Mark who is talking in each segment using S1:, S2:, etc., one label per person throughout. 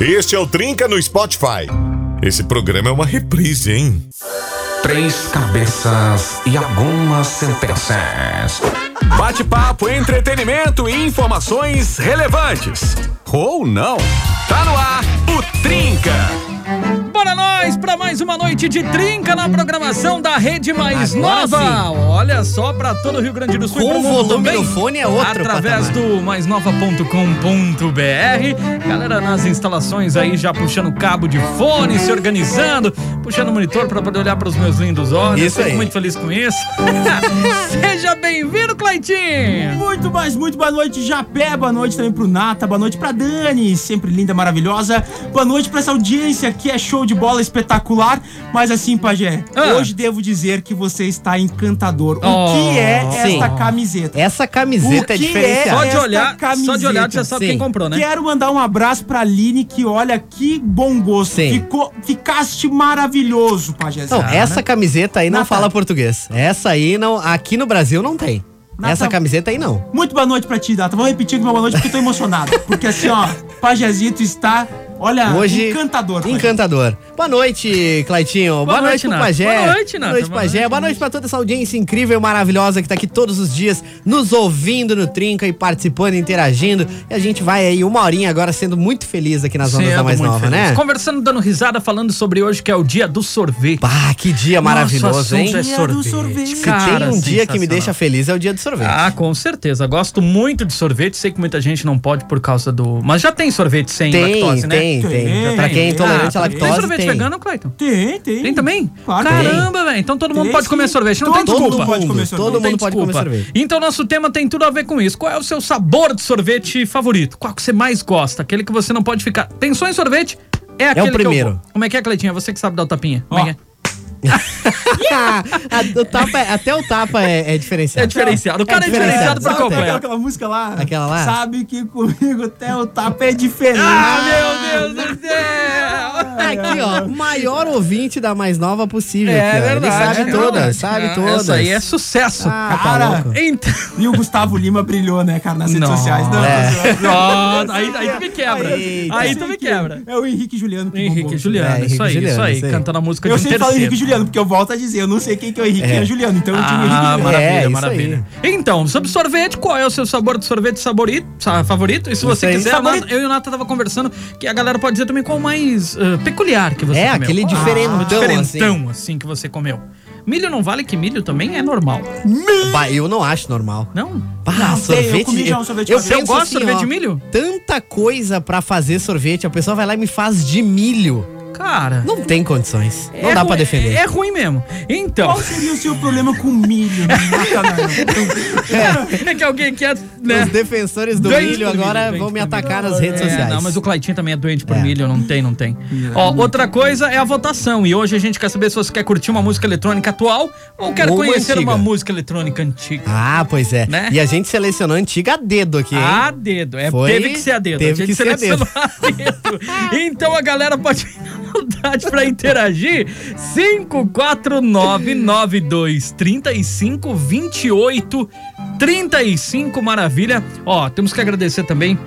S1: Este é o Trinca no Spotify. Esse programa é uma reprise, hein?
S2: Três cabeças e algumas sentenças.
S3: Bate-papo, entretenimento e informações relevantes. Ou não. Tá no ar o Trinca.
S4: Bora nós para mais uma noite de trinca na programação da Rede Mais Nova. Olha só para todo o Rio Grande do Sul. e
S5: Com
S4: pro
S5: o
S4: mundo
S5: volume
S4: também,
S5: no fone é outro
S4: Através
S5: patamar.
S4: do maisnova.com.br. Galera nas instalações aí já puxando cabo de fone, se organizando, puxando o monitor para poder olhar para os meus lindos olhos.
S5: Isso
S4: Fico
S5: aí.
S4: muito feliz com isso. Seja bem-vindo, Claitinho.
S6: Muito mais, muito boa noite, Japé. Boa noite também pro Nata. Boa noite pra Dani, sempre linda, maravilhosa. Boa noite pra essa audiência que é show de bola espetacular. Mas assim, Pajé,
S4: Ah.
S6: hoje devo dizer que você está encantador. O
S4: Oh,
S6: que é
S5: sim.
S6: esta camiseta?
S5: Essa camiseta
S6: O
S5: é
S6: que
S4: Só
S6: é?
S5: diferenciada.
S4: de
S6: Esta
S4: olhar, só de olhar tu já
S6: camiseta,
S4: sabe
S5: sim. é
S4: quem comprou, né?
S6: Quero mandar um abraço pra Aline, que olha que bom gosto.
S5: Sim.
S6: Ficou, ficaste maravilhoso, Pajézinho.
S5: Não,
S4: né?
S5: essa camiseta aí não
S6: Nata.
S5: fala português. Essa aí não, aqui no Brasil não tem.
S6: Nata.
S5: Essa camiseta aí não.
S6: Muito boa noite pra ti, Data. Vou repetir que uma boa noite porque eu tô emocionado. Porque assim, ó, Pajezito está,
S4: Ah,
S6: olha,
S5: Hoje
S6: encantador. Pajé.
S5: Encantador. Boa noite, Claitinho. Boa,
S4: noite,
S5: noite, pro
S4: Nata.
S5: Pajé.
S4: Boa noite, Nata.
S5: Boa noite,
S4: Boa
S5: Pajé.
S4: noite,
S5: Boa noite pra toda essa audiência incrível, maravilhosa que tá aqui todos os dias nos ouvindo no Trinca e participando, interagindo. E a gente vai aí uma horinha agora sendo muito feliz aqui nas ondas
S6: Sendo
S5: da Mais
S6: muito
S5: Nova,
S6: feliz.
S5: né?
S4: Conversando, dando risada, falando sobre hoje que é o dia do sorvete.
S5: Pá, que dia maravilhoso,
S4: assunto
S5: hein?
S4: é
S6: Dia do
S4: sorvete.
S6: sorvete.
S5: Se
S4: Cara,
S5: tem um dia que me
S4: sensacional.
S5: deixa feliz é o dia do sorvete.
S4: Ah, com certeza. Gosto muito de sorvete. Sei que muita gente não pode por causa do. Mas já tem sorvete sem
S5: tem,
S4: lactose, né?
S5: tem, tem,
S6: Tem.
S5: Pra quem é
S6: Tem.
S5: intolerante à
S4: Ah,
S5: lactose,
S4: Tem
S5: tem.
S4: sorvete vegano, Clayton?
S6: Tem, tem.
S4: Tem também?
S6: Claro.
S4: Caramba, velho. Então todo mundo
S6: Tem
S4: pode comer
S6: sim.
S4: sorvete. Não
S6: Todo
S4: tem desculpa.
S6: mundo pode comer sorvete.
S5: Todo
S4: Não tem
S5: mundo pode comer
S4: desculpa.
S5: sorvete.
S4: Então, nosso tema tem tudo a ver com isso. Qual é o seu sabor de sorvete favorito? Qual é que você mais gosta? Aquele que você não pode ficar. Tem só em sorvete? É aquele que eu
S5: primeiro.
S4: vou. Como é que é, Cleitinha? Você que sabe dar o tapinha.
S6: Ó.
S4: Como é que é?
S5: A- o tapa é- até o tapa é, é diferenciado.
S4: É diferenciado. O cara é diferenciado pra
S6: Sabe
S4: comprar.
S6: aquela, aquela música lá?
S5: Aquela lá?
S6: Sabe que comigo até o tapa é diferente.
S4: Ah, meu Deus do céu!
S5: É. Aqui, ó, o maior ouvinte da mais nova possível.
S4: É
S5: aqui, ó.
S4: verdade,
S5: Ele sabe
S4: é
S5: todas,
S4: verdade.
S5: sabe
S4: Ah,
S5: todas.
S4: Essa aí é sucesso.
S5: Ah, tá
S6: Cara,
S5: louco.
S4: Então.
S6: E o Gustavo Lima brilhou, né, cara, nas redes
S4: Não.
S6: sociais. né? Não,
S5: É.
S6: não, não.
S4: Nossa, aí, aí tu me quebra.
S5: Eita.
S4: Aí tu me quebra.
S6: É o Henrique Juliano que
S4: Henrique
S6: bombou.
S4: e Juliano,
S5: É, Henrique
S4: isso aí,
S5: e Juliano,
S4: isso aí.
S5: isso aí.
S4: Cantando a música
S6: Eu
S4: de um
S6: sempre falo Henrique
S4: terceiro.
S6: Juliano, porque eu volto a dizer, eu não sei quem que é o Henrique e o Juliano. Então eu digo Henrique
S4: Ah,
S6: Juliano.
S5: É,
S4: maravilha,
S5: isso
S4: maravilha. Então, sobre sorvete, qual é o seu sabor de sorvete saborito, sa- favorito? E se você
S5: aí.
S4: quiser,
S6: Favorito.
S4: Nata- eu e o Nata tava conversando que a galera pode dizer também qual o mais ah, peculiar que você
S5: É,
S4: comeu.
S5: aquele diferentão,
S4: Ah, diferentão, assim, que você comeu. Milho não vale que milho também é normal.
S5: assim. Bah, eu não acho normal.
S4: Não?
S5: Ah,
S6: Não sei, eu comi já um sorvete
S5: eu
S6: uma vez.
S4: Eu
S5: penso
S4: gosto de
S5: assim,
S4: sorvete
S5: ó,
S4: de milho?
S5: Tanta coisa pra fazer sorvete, a pessoa vai lá e me faz de milho.
S4: Cara.
S5: Não tem condições. Não
S4: é
S5: dá
S4: ru-
S5: pra defender.
S4: É, é ruim mesmo. Então.
S6: Qual seria o seu problema com milho? Então,
S4: É que alguém quer.
S5: Os
S4: Né?
S5: defensores do
S4: Doente
S5: milho
S4: por milho,
S5: agora
S4: doente
S5: vão me
S4: por
S5: atacar nas redes
S4: É,
S5: sociais.
S4: não, mas o Claitinho também é doente por
S5: É.
S4: milho, não tem, não tem. Ó, outra coisa é a votação. E hoje a gente quer saber se você quer curtir uma música eletrônica atual ou quer
S5: Ou uma
S4: conhecer uma
S5: antiga.
S4: música eletrônica antiga.
S5: Ah, pois é.
S4: Né?
S5: E a gente selecionou a antiga a dedo aqui, hein?
S4: A dedo. É,
S5: Foi-
S4: teve que ser a dedo.
S5: teve
S4: a gente
S5: que ser a dedo.
S4: selecionou a dedo. Então a galera pode ir na vontade pra interagir. 54992352835 maravilha. Ó, temos que agradecer também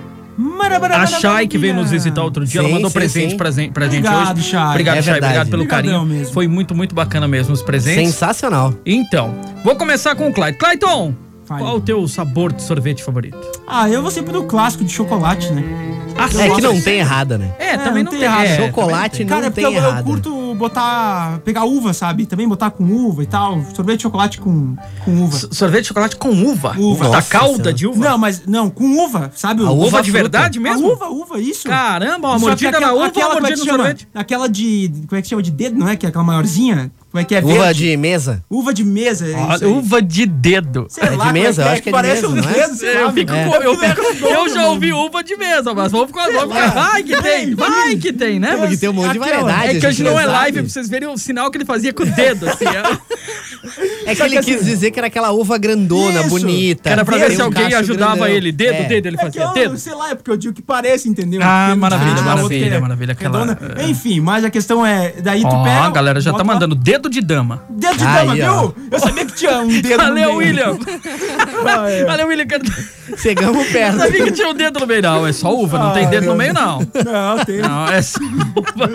S4: A Chay, que veio nos visitar outro dia, ela
S5: Sim,
S4: mandou
S5: sim,
S4: presente
S5: sim.
S4: Pra, zen- pra gente
S6: Obrigado,
S4: hoje.
S6: Chay.
S4: Obrigado,
S5: É
S4: Chay.
S5: verdade.
S4: Obrigado pelo
S6: Obrigadão
S4: carinho.
S6: mesmo.
S4: Foi muito, muito bacana mesmo os presentes.
S5: Sensacional.
S4: Então, vou começar com o Clayton. Clayton,
S6: Fale.
S4: qual o teu sabor de sorvete favorito?
S6: Ah, eu vou sempre do clássico de chocolate, né?
S4: Ah,
S5: É que não
S4: nossa,
S5: tem errada, né?
S4: É, também não
S6: não
S4: tem.
S6: tem errado.
S4: é,
S5: Chocolate não
S6: Cara, é porque
S5: tem
S6: eu, eu
S5: errada.
S6: curto botar. pegar uva, sabe? Também botar com uva e tal. Sorvete de chocolate com, com uva.
S4: S- Sorvete de chocolate com uva.
S6: Uva.
S4: Da
S6: Nossa
S4: calda
S5: Senhora.
S4: de uva.
S6: Não, mas não, com uva, sabe?
S5: A uva de
S4: verdade mesmo?
S6: A uva, uva, isso.
S4: Caramba, uma
S6: Só que
S4: mordida na uva, uma
S6: como é
S4: mordida
S6: que
S4: no
S6: chama?
S4: sorvete.
S6: Aquela de. Como é que chama? De dedo, não é? Que é aquela maiorzinha? Como é que é?
S5: Uva
S6: Verde?
S5: de mesa.
S6: Uva de mesa. é
S4: Ah,
S6: isso aí.
S4: uva de dedo.
S6: Sei
S5: de
S6: lá, como
S5: mesa?
S6: é
S5: Eu
S6: que é,
S5: acho que é de
S6: parece
S5: mesa,
S6: um
S5: não é?
S6: dedo, sei
S4: Eu
S6: lá,
S4: fico
S6: mano.
S4: com. né? Eu, fico- eu já ouvi uva de mesa, mas vamos com as uvas. Vai que tem, vai que tem, né?
S5: Porque tem um monte de
S6: Aquela.
S5: variedade.
S4: É que
S5: a
S4: hoje
S5: gente
S4: não é
S5: sabe.
S4: live, pra vocês verem o sinal que ele fazia com o dedo, assim. ó.
S5: É que ele quis dizer que era aquela uva grandona,
S6: Isso.
S5: bonita.
S4: assim- Era pra
S5: tem
S4: ver se
S5: um
S4: alguém
S5: cacho
S4: ajudava
S5: grandão.
S4: ele. Dedo,
S5: É.
S4: dedo, ele
S6: É que
S4: fazia.
S6: eu,
S4: dedo.
S6: sei lá, é porque eu digo que parece, entendeu?
S4: Ah,
S6: Porque
S4: maravilha,
S6: não tinha
S4: maravilha,
S6: outro que era
S4: maravilha, aquela-
S6: redonda. Enfim, mas a questão é. Daí tu
S4: É. Ó,
S6: pega.
S4: a galera já tá
S6: bota lá.
S4: mandando dedo dedo de dama.
S6: Dedo de
S5: Aí,
S6: dama,
S5: ó.
S6: viu? Eu sabia que tinha um dedo no
S4: Valeu,
S6: meio.
S4: William.
S6: Ah, é.
S4: Valeu, William. Quero-
S5: Chegamos perto.
S4: Sabia que tinha um dedo no meio. Não, é só uva, não
S6: Ah,
S4: tem
S6: é.
S4: dedo no meio, não.
S6: Não, tem.
S4: Não, é só uva.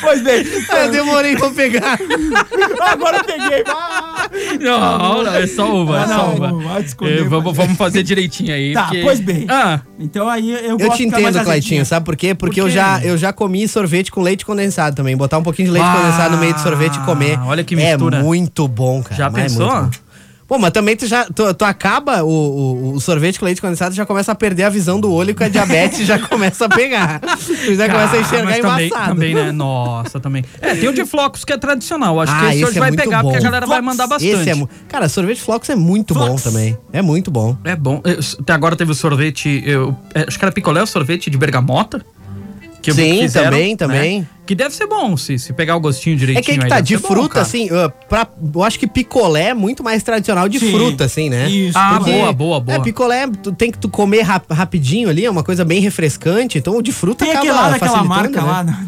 S6: Pois bem,
S5: Eu demorei pra pegar.
S6: agora eu peguei. Ah,
S4: Não, não, é só uva, é
S6: Ah,
S4: só
S6: não,
S4: uva.
S6: vai esconder,
S4: Eh, vamos,
S6: mas-
S4: vamos fazer direitinho aí.
S6: Tá,
S4: porque-
S6: pois bem.
S4: Ah,
S6: Então aí eu
S5: Eu
S6: gosto
S5: te
S6: de ficar mais
S5: entendo, Claitinho,
S6: azedinho.
S5: sabe por quê? Porque
S4: Por
S5: eu
S4: quê?
S5: já, eu já comi sorvete com leite condensado também. Botar um pouquinho de leite
S4: Ah,
S5: condensado no meio do sorvete e comer.
S4: olha que
S5: É
S4: mistura.
S5: muito bom, cara.
S4: Já
S5: Mas é
S4: pensou?
S5: muito bom. Pô, mas também tu já tu, tu acaba o, o, o sorvete com leite condensado e já começa a perder a visão do olho com a diabetes já começa a pegar. Tu já começa a
S4: ah,
S5: enxergar
S4: mas também,
S5: embaçado.
S4: também, né? Nossa, também. É, tem o de flocos que é tradicional. Acho
S5: Ah,
S4: que esse
S5: esse
S4: hoje
S5: é
S4: vai
S5: muito
S4: pegar, porque a
S5: bom.
S4: galera vai mandar bastante.
S5: Esse é, mu- cara, sorvete flocos é muito bom
S6: Flocos.
S5: também. É muito bom.
S4: É bom. Eu- Até agora teve o sorvete. eu- é, acho que era picolé o sorvete de bergamota. Que
S5: Sim,
S4: fizeram,
S5: também,
S4: né?
S5: também.
S4: Que deve ser bom, se, se pegar o gostinho
S5: É
S4: direitinho.
S5: que aí
S4: aí
S5: que tá,
S4: deve
S5: de
S4: ser bom,
S5: fruta,
S4: cara.
S5: assim, uh, pra, eu acho que picolé é muito mais tradicional de
S6: Sim.
S5: fruta, assim, né?
S6: Isso.
S4: Ah,
S5: Porque-
S4: boa, boa, boa.
S5: É, picolé tu tem que tu comer rap- rapidinho ali, é uma coisa bem refrescante, então o de fruta
S6: Tem
S5: acaba
S6: aquele lá daquela
S5: facilitando,
S6: marca
S5: né?
S6: lá. né?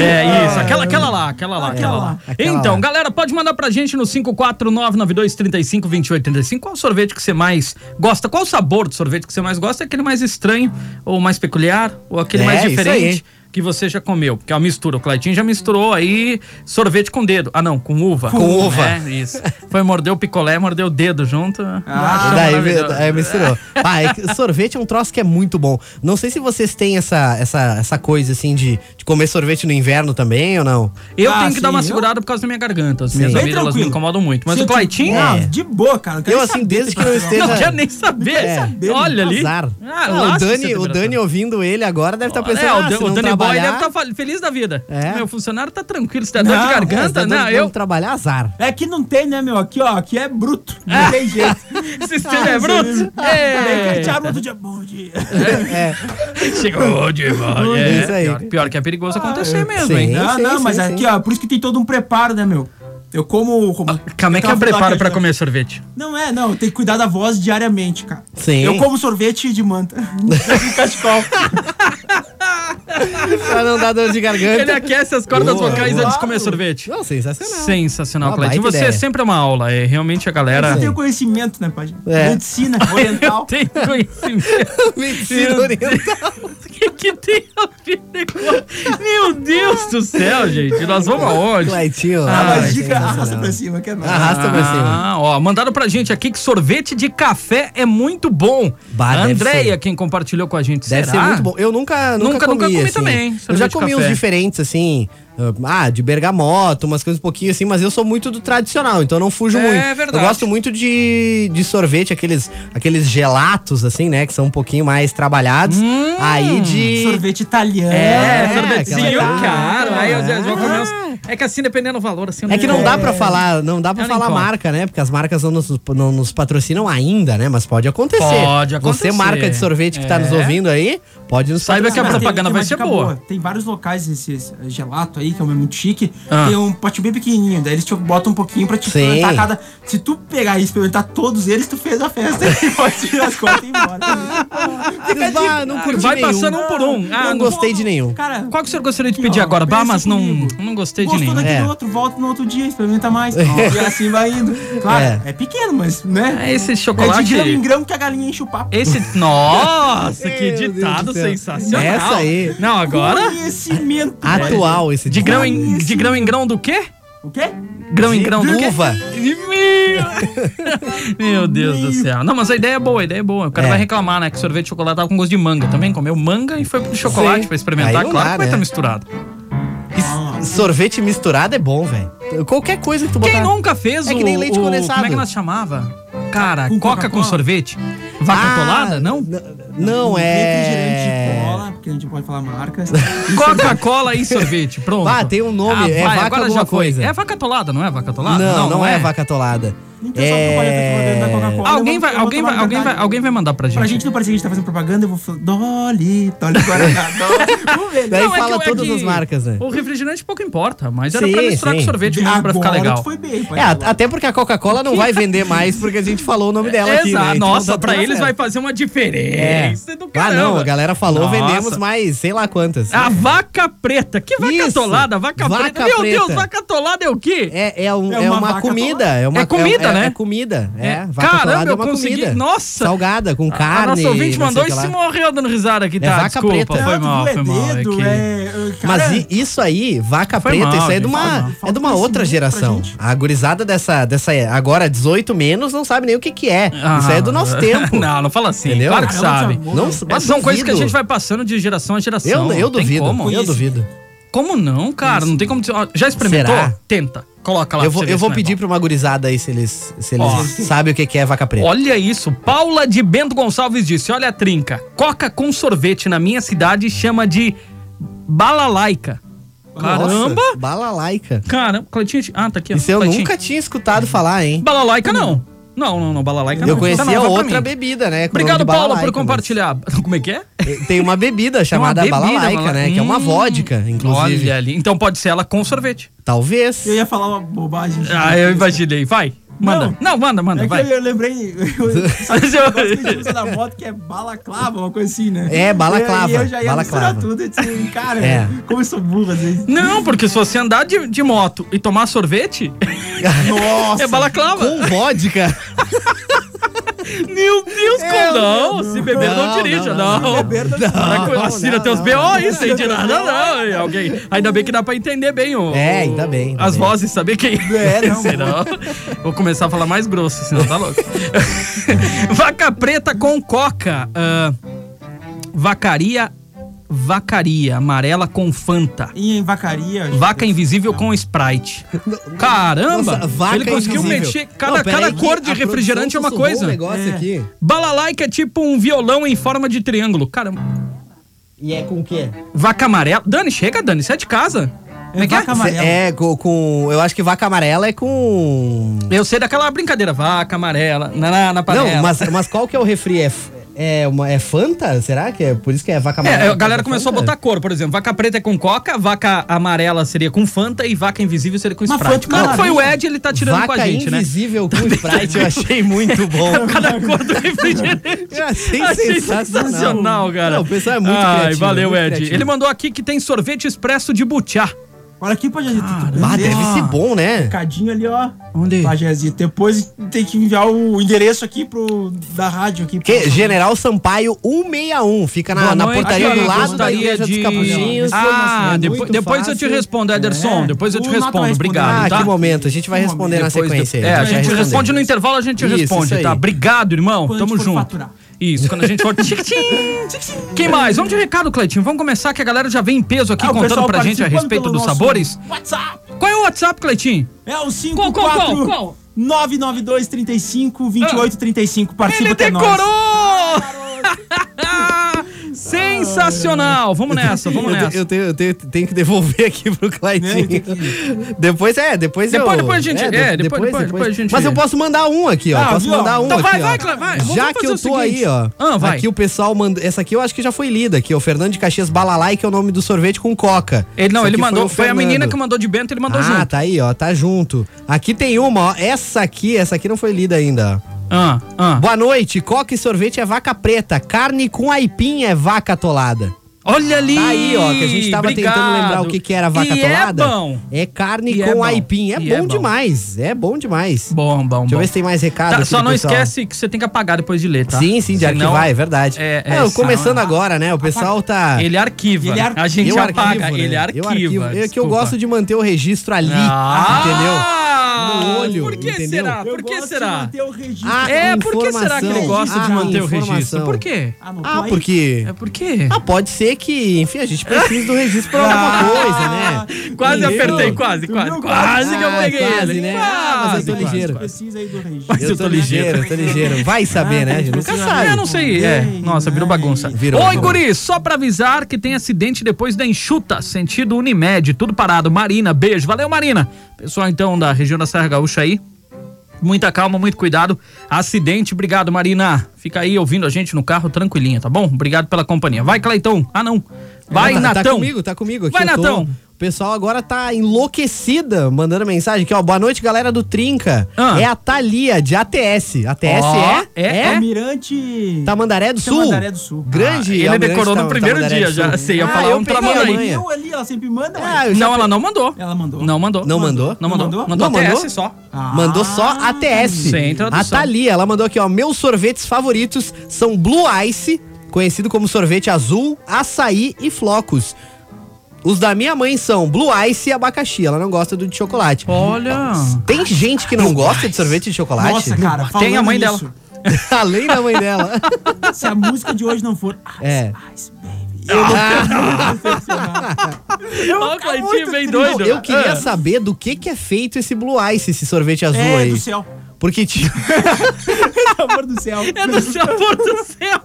S4: É, isso. Aquela, aquela lá, aquela lá, aquela
S6: Aquela
S4: lá.
S6: lá,
S5: Ah. aquela
S4: então,
S5: lá.
S4: galera, pode mandar pra gente no 54992352835 qual sorvete que você mais gosta, qual o sabor do sorvete que você mais gosta, é aquele mais estranho, ou mais peculiar, ou aquele
S5: É,
S4: mais
S5: isso
S4: diferente. Que você já comeu, porque é uma mistura. O Claitinho já misturou aí sorvete com dedo. Ah, não, com uva.
S5: Com uva. Ah,
S4: É, isso. Foi morder o picolé, mordeu o dedo junto. Ah, Acha
S5: Daí me-
S4: maravilhoso.
S5: daí misturou. Ah, é que sorvete é um troço que é muito bom. Não sei se vocês têm essa, essa, essa coisa assim de, de comer sorvete no inverno também ou não.
S4: Eu
S6: Ah,
S4: tenho que dar
S6: sim,
S4: uma
S6: eu-
S4: segurada por causa da minha garganta. As minhas
S5: Bem
S4: amigas, elas me
S6: tranquilo.
S4: incomodam muito. Mas o
S6: Se eu te-
S4: Claitinho.
S6: Não,
S5: É.
S6: de boa, cara. quero
S5: Eu,
S6: nem
S5: assim,
S6: saber
S5: desde
S6: se
S5: que eu
S6: tá
S5: esteja-
S4: Não
S5: É.
S4: quer nem saber.
S5: É.
S4: sabe? Olha ali.
S5: Azar.
S4: Ah,
S5: Não, o,
S4: lasca essa
S5: Dani, o Dani
S4: temperatura.
S5: ouvindo ele agora deve estar pensando,
S4: É, o,
S5: ah,
S4: Dan-
S5: se
S4: o
S5: não
S4: Dani Boy
S5: trabalhar,
S4: deve estar feliz da vida.
S5: É.
S4: Meu funcionário tá tranquilo, se der dor de
S6: Não,
S5: é, se
S4: garganta,
S5: não
S4: não, tá eu.
S5: trabalhar, azar.
S6: É que não tem, né, meu? Aqui, ó, aqui é bruto. Não tem jeito.
S4: Esse estilo é
S6: isso
S4: bruto.
S6: mesmo. Daí que
S4: É.
S6: te abre outro dia. Bom dia.
S5: É.
S4: Chegou de volta.
S5: É
S4: É.
S5: isso aí.
S4: Pior, pior que é perigoso acontecer mesmo,
S5: Sim.
S4: hein?
S6: Não,
S5: sim,
S6: Ah, não,
S5: sim,
S6: mas é
S5: sim.
S6: aqui, ó, por isso que tem todo um preparo, né, meu? Eu como. como
S4: Como é que eu
S6: aquela fruta lá
S4: preparo
S6: que
S4: pra
S6: eu-
S4: comer sorvete?
S6: Não é, não, tem que cuidar da voz diariamente, cara.
S5: Sim.
S6: Eu como sorvete de manta. de cachecol.
S5: pra não dar dor de garganta.
S4: Ele é aquece as cordas
S5: Boa,
S4: vocais
S5: boa.
S4: antes de comer sorvete.
S5: Não, sensacional.
S4: Sensacional,
S5: Uma
S4: Claudinho.
S5: baita
S4: Você
S5: ideia.
S4: é sempre uma aula. É realmente a galera.
S6: Você tem o conhecimento, né, Padre?
S5: É.
S6: Medicina oriental.
S4: Tem conhecimento.
S5: Mentira, oriental.
S4: O que, que tem a ver com- Meu Deus do céu, gente. Nós vamos aonde?
S5: Claitinho.
S6: Ah,
S4: Ah,
S6: mas
S5: é
S6: dica,
S5: sensacional.
S6: arrasta pra cima, que é nóis.
S5: Arrasta pra cima.
S4: Ah, ó, mandaram pra gente aqui que sorvete de café é muito bom.
S5: Bah,
S4: a
S5: deve
S4: Andréia,
S5: ser.
S4: quem compartilhou com a gente,
S5: Deve
S4: será?
S5: ser muito bom. Eu nunca,
S4: Nunca-
S5: nunca, comi,
S4: nunca comi
S5: assim.
S4: também,
S5: Eu já
S4: sorvete de
S5: comi uns
S4: café.
S5: diferentes, assim. Ah, de bergamota, umas coisas um pouquinho assim, mas eu sou muito do tradicional, então eu não fujo
S4: É
S5: muito.
S4: verdade.
S5: Eu gosto muito de, de sorvete, aqueles, aqueles gelatos, assim, né? Que são um pouquinho mais trabalhados.
S4: Hum,
S5: Aí de.
S6: Sorvete italiano.
S4: É,
S5: É,
S4: sorvetezinho
S5: aquela-
S4: caro. Aí eu já
S5: Ah.
S4: vou comer uns... É que assim, dependendo do valor, assim... eu
S5: É que não dá pra falar, não dá pra
S4: Eu nem
S5: falar
S4: como.
S5: marca, né? Porque as marcas não nos, não nos patrocinam ainda, né? Mas pode acontecer.
S4: Pode acontecer.
S5: Você, marca de sorvete que tá
S4: É.
S5: nos ouvindo aí, pode nos
S4: Saiba que a
S5: patrocinar.
S6: Mas tem-
S4: propaganda
S6: tem
S4: vai
S6: uma
S4: ser
S6: dica
S4: boa.
S6: Tem vários locais esse, esse gelato aí, que é um muito chique.
S4: Ah.
S6: Tem um pote bem pequenininho, daí eles te botam um pouquinho pra te
S5: Sim.
S6: experimentar cada... Se tu pegar e experimentar todos eles, tu fez a festa. E pode tirar as contas e ir embora.
S5: Diz, "Bah, não curti
S4: Vai
S5: nenhum."
S4: passando um por um. Ah,
S5: não
S4: não-
S5: gostei de nenhum.
S6: Cara,
S4: Qual que o senhor gostaria de
S6: Aqui,
S4: pedir
S6: ó,
S4: agora? Bah,
S6: pensa
S4: mas não,
S6: comigo.
S4: não gostei de
S6: Gostou
S4: nenhum.
S6: daquele
S5: É.
S6: outro, volta no outro dia, experimenta mais. e assim vai indo. Claro,
S5: É.
S6: é, pequeno, mas,
S4: É
S6: né?
S4: esse
S6: é de
S4: chocolate...
S6: grão em grão que a galinha enche o papo.
S4: Esse... Nossa, que
S5: Meu Deus do
S4: ditado
S5: céu.
S4: sensacional.
S5: Essa aí.
S4: Não, agora...
S6: Conhecimento.
S5: É. Atual esse
S4: De grão, em,
S6: Conhecimento.
S4: de grão em grão do quê?
S6: O quê?
S4: Grão em grão do quê?
S5: uva.
S4: Meu- Meu Deus do céu. Não, mas a ideia é boa, a ideia é boa. O cara
S5: É.
S4: vai reclamar, né? Que sorvete de chocolate tava com gosto de manga também. Comeu manga e foi pro chocolate
S5: Sim.
S4: pra experimentar.
S5: Aí não
S4: Claro
S5: dá,
S4: que vai
S5: né?
S4: estar misturado.
S5: E Sorvete misturado é bom, velho. Qualquer coisa que tu botar.
S4: Ah. Quem nunca fez
S5: É
S4: o.
S5: que nem leite
S4: o-
S5: condensado.
S4: Como é que nós chamava? Cara,
S6: Com
S4: coca com
S6: Coca-Cola?
S4: sorvete? Vaca
S5: Ah,
S4: atolada? Não?
S5: n- Não,
S6: Refrigerante de
S5: é.
S6: cola, porque a gente pode falar marcas.
S4: Coca-Cola e sorvete, pronto.
S5: Ah, tem um nome, é
S4: vai,
S5: vaca
S4: agora
S5: alguma
S4: já foi.
S5: coisa.
S4: É vaca atolada, não é vaca
S5: Não,
S4: atolada?
S5: não, é vaca atolada.
S6: Então só porque o paleta tá falando da Coca-Cola. eu
S4: Alguém
S6: vou-
S4: vai,
S6: eu vou
S4: alguém
S6: tomar
S4: vai, alguém vai,
S6: liberdade.
S4: alguém vai mandar pra gente.
S6: Pra gente não parecer que a gente tá fazendo propaganda, eu vou falar Dolly, Dolly Guaraná, Dolly. Vamos ver.
S5: Daí
S4: Não, é
S5: fala
S4: que- é
S5: todas
S4: que
S5: as marcas, né?
S4: O refrigerante pouco importa, mas era
S5: Sim,
S4: pra misturar com
S5: sim.
S4: sorvete mesmo pra ficar
S6: Agora
S4: legal.
S6: tu foi bem, pode
S5: É,
S6: falar.
S5: a- até porque a Coca-Cola não vai vender mais porque a gente falou o nome dela aqui, né?
S4: Exato.
S5: Então
S4: Nossa,
S5: tá
S4: pra
S5: tudo
S4: eles vai
S5: certo.
S4: fazer uma
S5: É.
S4: diferença do
S5: Ah,
S4: caramba.
S5: não, a galera falou,
S4: Nossa. Ah,
S5: vendemos mais sei lá quantas.
S4: A vaca preta. Que vaca
S5: Isso.
S4: atolada? Vaca,
S5: Vaca
S4: preta. Meu
S5: preta.
S4: Deus, vaca atolada é o quê?
S5: É, é, um-
S6: É
S5: é
S6: uma
S5: uma,
S6: vaca
S5: comida.
S6: atolada.
S5: É, uma,
S4: É comida,
S5: é-
S4: né?
S5: É comida. É,
S4: É.
S5: vaca
S4: Caramba,
S5: atolada é
S4: eu
S5: uma
S4: consegui.
S5: comida.
S4: Nossa.
S5: Salgada, com
S4: a
S5: carne.
S4: nossa ouvinte
S5: não sei
S4: mandou
S5: o que
S4: e
S5: lá.
S4: se morreu dando risada aqui, tá?
S5: É vaca
S4: Desculpa,
S5: preta.
S4: foi
S6: Tanto
S4: mal,
S6: é
S4: foi mal. é
S6: dedo,
S4: que-
S6: é, é, cara,
S5: Mas i- isso aí, vaca
S4: Foi
S5: preta,
S4: mal,
S5: isso aí é
S4: gente,
S5: de
S4: foi
S5: uma,
S4: mal.
S5: é de
S6: Falta
S5: uma outra
S6: conhecimento pra
S5: geração.
S6: gente.
S5: A gurizada dessa, dessa agora 18 menos não sabe nem o que que é.
S4: Ah,
S5: isso aí é do nosso tempo.
S4: Não, não fala assim.
S5: Entendeu? É,
S4: Claro que
S6: Caramba,
S4: sabe.
S6: amor.
S5: Não,
S6: Essas
S5: mas
S4: Essas são coisas que a
S5: duvido.
S4: gente vai passando de geração a geração.
S5: Eu, eu
S4: Não tem
S5: duvido,
S4: Como?
S5: eu duvido.
S4: Como não, cara? Não tem como. dizer, ó, Já experimentou?
S5: Será?
S4: Tenta. Coloca lá
S5: Eu
S4: pra
S5: vou,
S4: você ver
S5: eu
S4: se
S5: vou
S4: não é
S5: pedir
S4: bom.
S5: pra uma gurizada aí se eles, se
S4: Ó.
S5: eles sabem o que que é vaca preta.
S4: Olha isso, Paula de Bento Gonçalves disse: Olha a trinca, coca com sorvete na minha cidade chama de balalaica. Caramba!
S5: Nossa, balalaica.
S4: Caramba, Cleitinho. Ah, tá aqui. ó,
S5: Isso eu
S4: Cleitinho.
S5: nunca tinha escutado falar, hein?
S4: Balalaica não. Não, não, não, balalaica não.
S5: Eu
S4: Tá nova
S5: conhecia
S4: pra
S5: outra
S4: mim.
S5: bebida, né? com o nome
S4: Obrigado,
S5: de
S4: Paula, por
S5: balalaica,
S4: compartilhar. Como é que é?
S5: mas Eh, Tem uma bebida chamada
S4: Tem uma bebida,
S5: balalaica, né? Que é uma
S4: hum,
S5: vodka, inclusive.
S4: Olha ali. Então pode ser ela com sorvete.
S5: Talvez.
S6: Eu ia falar uma bobagem.
S4: Ah, eu imaginei. Vai, manda. Não,
S6: Não.
S4: manda, manda,
S6: É que
S4: vai.
S6: eu lembrei. Eu, sabe esse negócio que a gente usa na moto que é balaclava, uma coisa assim, né?
S5: É, balaclava,
S6: E eu já ia misturar
S5: balaclava.
S6: tudo. Eu disse, cara,
S5: É.
S6: como eu sou burro às vezes.
S4: Não, porque se você andar de, de moto e tomar sorvete,
S6: Nossa!
S4: é balaclava.
S5: Com vodka.
S4: Meu Deus,
S6: É,
S4: como não?
S6: meu
S4: Se beber, não,
S5: Não,
S4: dirija, não.
S5: não, não,
S4: não. é assim,
S5: não.
S6: Beber, não
S4: Para
S6: dirija.
S4: que assina
S5: não,
S4: teus
S5: não,
S4: BO,
S5: não.
S4: isso aí de nada, não. E Alguém. Ainda bem que dá pra entender bem o.
S5: É, ainda bem, ainda
S4: as
S5: bem.
S4: vozes, saber quem.
S6: É, não.
S4: Senão, vou começar a falar mais grosso, senão tá louco. Vaca preta com coca. ah, vacaria. Vacaria amarela com Fanta.
S6: E em vacaria.
S4: Vaca invisível com Sprite. Caramba!
S5: Nossa, vaca
S4: ele conseguiu
S5: invisível.
S4: mexer. Cada,
S5: Não, pera
S4: cada
S5: aí que
S4: cor de
S5: a
S4: refrigerante é
S5: produção
S4: uma coisa.
S5: sussurrou Um negócio
S6: É.
S5: aqui.
S4: Balalaika é tipo um violão em forma de triângulo. Caramba.
S5: E é com o quê?
S4: Vaca amarela. Dani, chega, Dani, sai de casa. Como é que é?
S6: vaca amarela.
S5: É, com, com- Eu acho que vaca amarela é com.
S4: Eu sei daquela brincadeira. Vaca amarela. Na, na, na panela.
S5: Não, mas, mas qual que é o refri? É, f- é, uma, é Fanta? Será que é? Por isso que é vaca amarela?
S4: É, a
S5: por causa
S4: galera
S5: da
S4: começou a
S5: Fanta?
S4: botar cor, por exemplo, vaca preta é com coca, vaca amarela seria com Fanta e vaca invisível seria com
S6: Mas
S4: Sprite.
S6: Fanta com
S4: Não, foi o
S6: laranja.
S4: Ed, ele tá tirando
S5: é vaca
S4: com a gente, né?
S5: invisível com Sprite, eu achei muito bom.
S4: Cada cor do refrigerante.
S5: Eu achei,
S4: Achei
S5: sensacional.
S4: sensacional, cara.
S5: Não, o pessoal é muito
S4: Ai,
S5: criativo,
S4: valeu,
S5: muito
S4: Ed.
S5: criativo.
S4: Ele mandou aqui que tem sorvete expresso de butiá.
S6: Olha aqui, Pajazito.
S5: Ah, deve ser bom, né?
S6: Cadinho ali, ó.
S4: Onde?
S6: Pajazito. Depois tem que enviar o endereço aqui pro. da rádio aqui.
S5: Que
S6: pro-
S5: General Sampaio 161, fica na,
S4: Boa
S5: na
S4: noite,
S5: portaria do
S4: eu
S5: lado da
S4: gostaria
S5: igreja
S4: de-
S5: dos Capuchinhos.
S4: Ah,
S5: Nossa, é
S4: depo-
S5: muito
S4: depois eu te
S5: fácil.
S4: respondo, Ederson.
S6: É.
S4: Depois eu te
S6: O Nato vai
S4: respondo.
S6: responder.
S4: Obrigado,
S5: Ah,
S4: tá?
S5: que momento. A gente vai
S6: Que
S5: responder na
S4: Depois
S5: sequência
S4: de-
S5: aí.
S4: É, a
S5: Já
S4: gente
S5: respondemos.
S4: responde no intervalo, a gente
S5: Isso,
S4: responde,
S5: isso aí.
S4: tá? Obrigado, irmão.
S6: Quando a
S4: Tamo
S6: gente for
S4: junto.
S6: faturar.
S4: Isso, quando a gente for. Tchim, tchim, tchim. Quem mais? Vamos de recado, Cleitinho. Vamos começar que a galera já vem em peso aqui
S6: Ah, o
S4: contando
S6: pessoal
S4: pra gente a
S6: participando
S4: respeito
S6: pelo
S4: dos
S6: nosso
S4: sabores.
S6: WhatsApp!
S4: Qual é o WhatsApp, Cleitinho?
S6: É o 5
S4: Qual, qual, qual, qual?
S6: 992 35 28 35. Participa
S4: Ah, Ele
S6: até nós.
S4: decorou! Sensacional! Vamos nessa,
S5: Eu,
S4: vamos
S5: te-
S4: nessa.
S5: eu tenho, eu tenho- tenho que devolver aqui pro
S6: Né, tem
S5: Claitinho. depois é, depois
S4: Depois-
S5: eu...
S4: depois a gente-
S5: de-
S4: é, depois- depois- depois a gente-
S5: Mas eu posso mandar um aqui, ó.
S6: Ah,
S5: posso
S6: viu?
S5: mandar um
S4: Então
S5: aqui,
S4: vai,
S5: ó.
S4: vai, Clá, vai. Vamos
S5: Já
S4: fazer
S5: que eu
S4: o
S5: tô
S4: seguinte.
S5: aí, ó.
S4: Ah, vai.
S5: Aqui o pessoal mandou... Essa aqui eu acho que já foi lida aqui, ó. Fernando de Caxias Balalai, que é o nome do sorvete com coca.
S4: Ele não,
S5: Isso
S4: ele
S5: aqui
S4: mandou.
S5: o
S4: Foi, a
S5: Fernando.
S4: menina que mandou de Bento, ele mandou
S5: ah,
S4: junto.
S5: tá aí, ó, tá junto. Aqui tem uma, ó. Essa aqui, essa aqui não foi lida ainda. ó.
S4: Ah, ah.
S5: Boa noite, coca e sorvete é vaca preta, carne com aipim é vaca atolada.
S4: Olha ali!
S5: Tá aí, ó, que a gente tava tentando
S4: Obrigado.
S5: lembrar o que que era vaca
S4: e
S5: atolada.
S4: É bom.
S5: É carne
S4: E é
S5: com
S4: bom.
S5: aipim, é
S4: E
S5: bom,
S4: é bom.
S5: demais, é bom demais.
S4: Bom, bom,
S5: Deixa eu
S4: bom.
S5: ver se tem mais recado
S4: Tá,
S5: aqui
S4: só
S5: do
S4: não
S5: pessoal.
S4: esquece que você tem que apagar depois de ler, tá?
S5: Sim, sim, de
S4: Senão,
S5: arquivar, é verdade.
S4: É, é,
S5: Não,
S4: senão-
S5: começando agora, né? O pessoal tá...
S4: Ele arquiva.
S6: Ele ar-
S4: A gente
S5: eu arquivo,
S4: apaga,
S5: né?
S4: ele
S5: Eu
S4: arquiva.
S5: arquivo. É que eu
S4: desculpa.
S5: gosto de manter o registro ali, entendeu?
S4: Ah,
S5: No olho,
S4: Por que
S5: entendeu?
S4: será?
S6: Eu
S4: Por que
S6: gosto de
S4: será?
S6: manter o registro.
S5: Ah,
S4: É, por que será que ele
S5: Informação.
S4: gosta de
S5: Ah,
S4: manter o registro?
S5: informação.
S4: Por quê?
S6: Ah, não,
S5: Ah,
S6: tu aí-
S5: porque...
S4: É por quê?
S5: Ah, pode ser que, enfim, a gente precise do registro pra
S6: Ah,
S5: alguma coisa, né?
S4: Quase
S5: Entendeu?
S4: apertei, quase,
S6: Tu
S4: quase.
S6: viu?
S4: Quase que eu
S5: Ah,
S4: peguei
S5: quase,
S4: ele.
S5: né? Ah,
S4: Quase,
S5: mas eu tô
S4: quase,
S5: ligeiro.
S4: quase.
S6: Precisa aí do registro.
S5: Eu tô
S4: Eu tô
S5: ligeiro, eu tô ligeiro. Vai saber, né? A gente nunca
S6: Ah,
S5: sabe.
S4: Eu não sei. É. Nossa, virou bagunça.
S5: Virou,
S4: Oi,
S5: virou.
S4: Guri, só pra avisar que tem acidente depois da enxuta, sentido Unimed, tudo parado. Marina, beijo. Valeu, Marina. Pessoal, então, da região da Serra Gaúcha aí. Muita calma, muito cuidado. Acidente, obrigado, Marina. Fica aí ouvindo a gente no carro tranquilinha, tá bom? Obrigado pela companhia. Vai, Cleitão. Ah, não. Vai,
S5: tá,
S4: Natão.
S5: Tá comigo, tá comigo aqui.
S4: Vai,
S5: eu tô-
S4: Natão.
S5: O pessoal agora tá enlouquecida, mandando mensagem aqui, ó. Boa noite, galera do Trinca.
S4: Ah.
S5: É a Thalia, de ATS. ATS
S4: Ó,
S5: é?
S4: é, é.
S6: Almirante.
S5: Tamandaré do Sul?
S6: Tamandaré do Sul.
S5: Grande. é
S4: Ah, ele
S5: Almirante
S4: decorou no
S5: Tam-
S4: primeiro
S5: Tamandaré
S4: dia
S5: do
S4: já,
S5: Sul.
S4: sei, ia
S5: Ah,
S4: falar
S5: eu
S4: um
S5: peguei
S4: tramando aí.
S5: amanhã.
S6: Eu ali, ela sempre manda.
S5: Ah,
S6: ué.
S5: eu já
S4: Não,
S5: pe-
S4: ela não mandou.
S6: Ela mandou.
S4: Não mandou.
S5: Não mandou?
S4: Não mandou. Mandou,
S5: Não mandou?
S4: ATS só.
S6: Ah,
S5: Mandou só ATS.
S4: Sem tradução.
S5: A Thalia, Ah, tá ela mandou aqui, ó. Meus sorvetes favoritos são Blue Ice, conhecido como sorvete azul, açaí e flocos. Os da minha mãe são Blue Ice e abacaxi. Ela não gosta do de chocolate.
S4: Olha.
S5: Tem gente que não gosta de sorvete de chocolate?
S6: Nossa, cara, falando
S4: Tem a mãe
S6: nisso,
S5: Além da mãe dela.
S6: Se a música de hoje não for Ice,
S5: É.
S6: Ice Baby, eu não quero decepcionar.
S4: Ó, o Cleitinho bem
S5: Não,
S4: doido.
S5: eu queria
S4: Ah.
S5: saber do que, que é feito esse Blue Ice, esse sorvete azul
S6: É
S5: aí.
S6: do céu.
S5: Porque tinha.
S6: Pelo amor do céu.
S4: É do céu, amor do céu.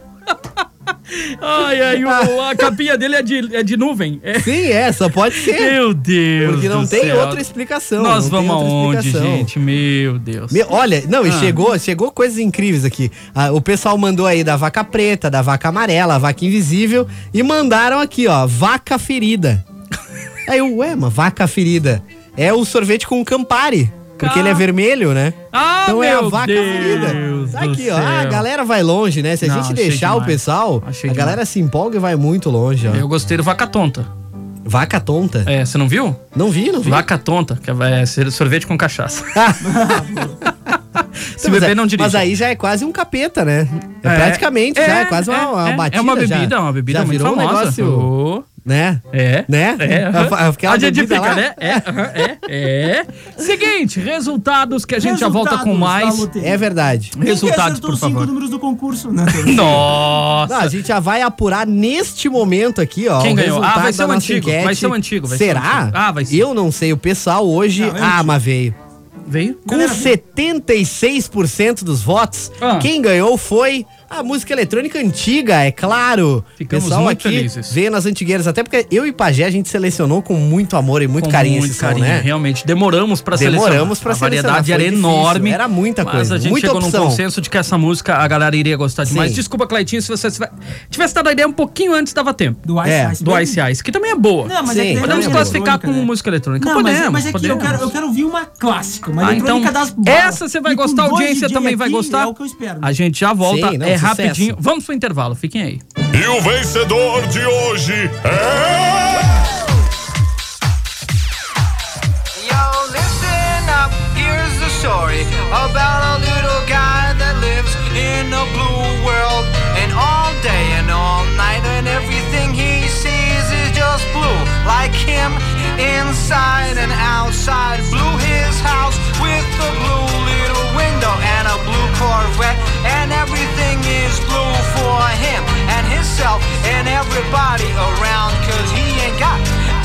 S4: Ai, ai, o- a capinha dele é de, é de nuvem. É.
S5: Sim, é, só pode ser.
S4: Meu Deus.
S5: Porque não
S4: do
S5: tem
S4: céu.
S5: outra explicação.
S4: Nós
S5: não tem
S4: vamos
S5: outra
S4: aonde,
S5: explicação.
S4: gente? Meu Deus.
S5: Me- olha, não, e
S4: Ah.
S5: chegou, chegou coisas incríveis aqui. Ah, o pessoal mandou aí da vaca preta, da vaca amarela, a vaca invisível e mandaram aqui, ó, vaca ferida. Aí eu, ué, mas vaca ferida é o sorvete com Campari, porque
S4: Ca-
S5: ele é vermelho, né?
S4: Ah,
S5: então é a
S4: meu
S5: vaca
S4: Deus
S5: ferida. Tá
S4: do
S5: aqui, ó. Ah, a
S4: céu.
S5: galera vai longe, né? Se a
S4: Não,
S5: gente
S4: achei
S5: deixar o
S4: demais.
S5: pessoal,
S4: Achei
S5: a galera se empolga e vai muito longe, ó.
S4: Eu gostei do Vaca Tonta.
S5: Vaca tonta.
S4: É, você não viu?
S5: Não vi, não vi.
S4: Vaca Tonta, que é sorvete com cachaça. Se
S5: Então, mas
S4: beber,
S5: é-
S4: não dirige.
S5: Mas aí já é quase um capeta, né? É, praticamente, já é quase uma, uma batida.
S4: É uma
S5: já.
S4: bebida, uma bebida
S5: já
S4: muito
S5: virou
S4: famosa.
S5: Um negócio,
S4: Ô,
S5: né?
S4: É.
S5: Né?
S4: É.
S5: A- a- aquela
S4: a gente
S5: bebida
S4: fica,
S5: lá.
S4: né? É, aham, é, é. Seguinte, resultados que a gente já volta com
S6: Resultados da
S4: mais.
S6: loteria.
S5: É verdade.
S6: Quem que
S4: Resultados,
S6: acertou
S4: por
S6: os cinco
S4: favor.
S6: números do concurso? né? Não, tô-
S5: Não, a
S4: Nossa.
S5: gente já vai apurar neste momento aqui, ó.
S4: Quem
S5: o
S4: ganhou? Ah,
S5: resultado
S4: vai ser
S5: da
S4: o
S5: nossa
S4: antigo, vai ser o antigo, vai ser
S5: Será?
S4: o antigo. Ah, vai ser. um
S5: Eu não sei. O pessoal hoje.
S6: Não, é
S5: ah,
S6: antigo.
S5: mas veio.
S4: Veio? né?
S5: Com 76% dos votos,
S4: é Ah.
S5: quem ganhou foi a música eletrônica antiga, é claro.
S4: Ficamos
S5: Pessoal
S4: muito
S5: aqui
S4: felizes.
S5: Veio nas antigueiras, até porque eu e Pajé a gente selecionou com muito amor e muito
S4: Com
S5: carinho
S4: muito
S5: esse som,
S4: carinho,
S5: né?
S4: realmente. Demoramos pra selecionar.
S5: Demoramos pra
S4: A
S5: selecionar,
S4: variedade
S5: foi
S4: era
S5: difícil,
S4: enorme.
S5: era muita
S4: Mas
S5: coisa,
S4: a gente
S5: muita
S4: chegou
S5: opção.
S4: num consenso de que essa música a galera iria gostar demais.
S5: Sim.
S4: Desculpa, Cleitinho, se você tivesse- tivesse dado a ideia um pouquinho antes, dava tempo.
S6: Do Ice
S5: É,
S6: Ice
S4: Do
S6: Baby?
S4: Ice Ice, que também é boa.
S6: Não, mas
S5: Sim.
S6: é que
S4: Podemos
S5: Eletrônica,
S4: classificar com
S6: né?
S4: música eletrônica.
S6: Não,
S4: podemos,
S6: mas, mas é que eu
S4: podemos.
S6: quero, eu quero ouvir uma clássica, uma
S4: Ah,
S6: eletrônica
S4: então,
S6: das
S4: essa você vai
S6: E com
S4: gostar, a
S6: dois
S4: audiência
S6: DJ
S4: também vai
S6: aqui,
S4: gostar.
S6: É o que eu espero.
S4: A gente já volta,
S5: Sim, não,
S4: é
S5: sucesso.
S4: rapidinho. Vamos pro intervalo, fiquem aí.
S1: E o vencedor de hoje é.
S7: Yo, listen up, here's the story about a little guy that lives in a blue world. And all day and all night, and everything he sees is just blue. Like him, inside and outside. Blue his house with a blue little window and a blue Corvette. And everything is blue for him and himself and everybody around, cause he ain't got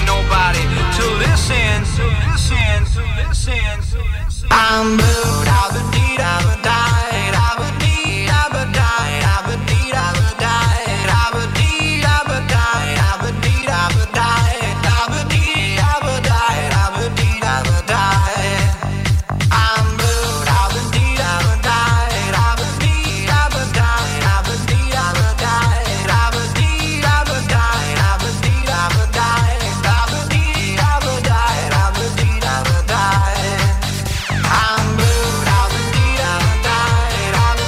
S7: nobody to listen, to listen, to listen, to listen. I'm blue, I'm a need, I'm a died, I'm a need, I'm a died, I'm a need, I'm a died, I'm a need, I'm a died, I'm a need, I'm a died, I'm a need, I'm a died, I'm a need, I'm a died. I'm blue, I'm a need, I'm a died, I'm a need, I'm a died, I'm a need, I'm a died, I'm a need, I'm a died, I'm a need, I'm a died, I'm a need, I'm a died, I'm a need, I'm a died. I'm blue, I'm a need, I'm a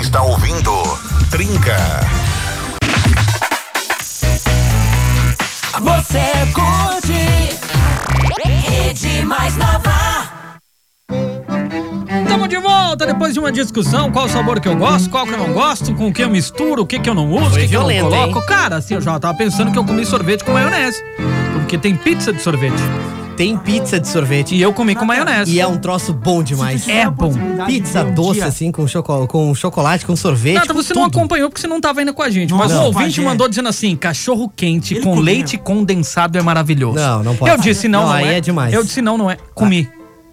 S1: está ouvindo Trinca.
S8: Você curte Rede Mais Nova.
S4: Tamo de volta depois de uma discussão, qual sabor que eu gosto, qual que eu não gosto, com o que eu misturo, o que que eu não uso, o que, que eu não
S5: violento,
S4: coloco. Cara, assim, eu já tava pensando que eu comi sorvete com maionese. Porque tem pizza de sorvete.
S5: Tem pizza de sorvete.
S4: E eu comi com maionese.
S5: E é um troço bom demais.
S4: É bom. é
S5: Pizza
S6: um
S5: doce, assim, com, choco com chocolate, com sorvete.
S4: Nata,
S5: com
S4: você não
S5: tudo.
S4: acompanhou porque você não tava ainda com a gente. Mas
S6: Não.
S4: o ouvinte
S6: Pajé.
S4: mandou dizendo assim: cachorro quente
S6: Ele
S4: com
S6: comeu.
S4: leite condensado é maravilhoso.
S5: Não, não pode
S4: Eu
S5: ser.
S4: disse não, não,
S5: Não, aí
S4: é.
S5: é demais.
S4: Eu disse não, não é. Comi.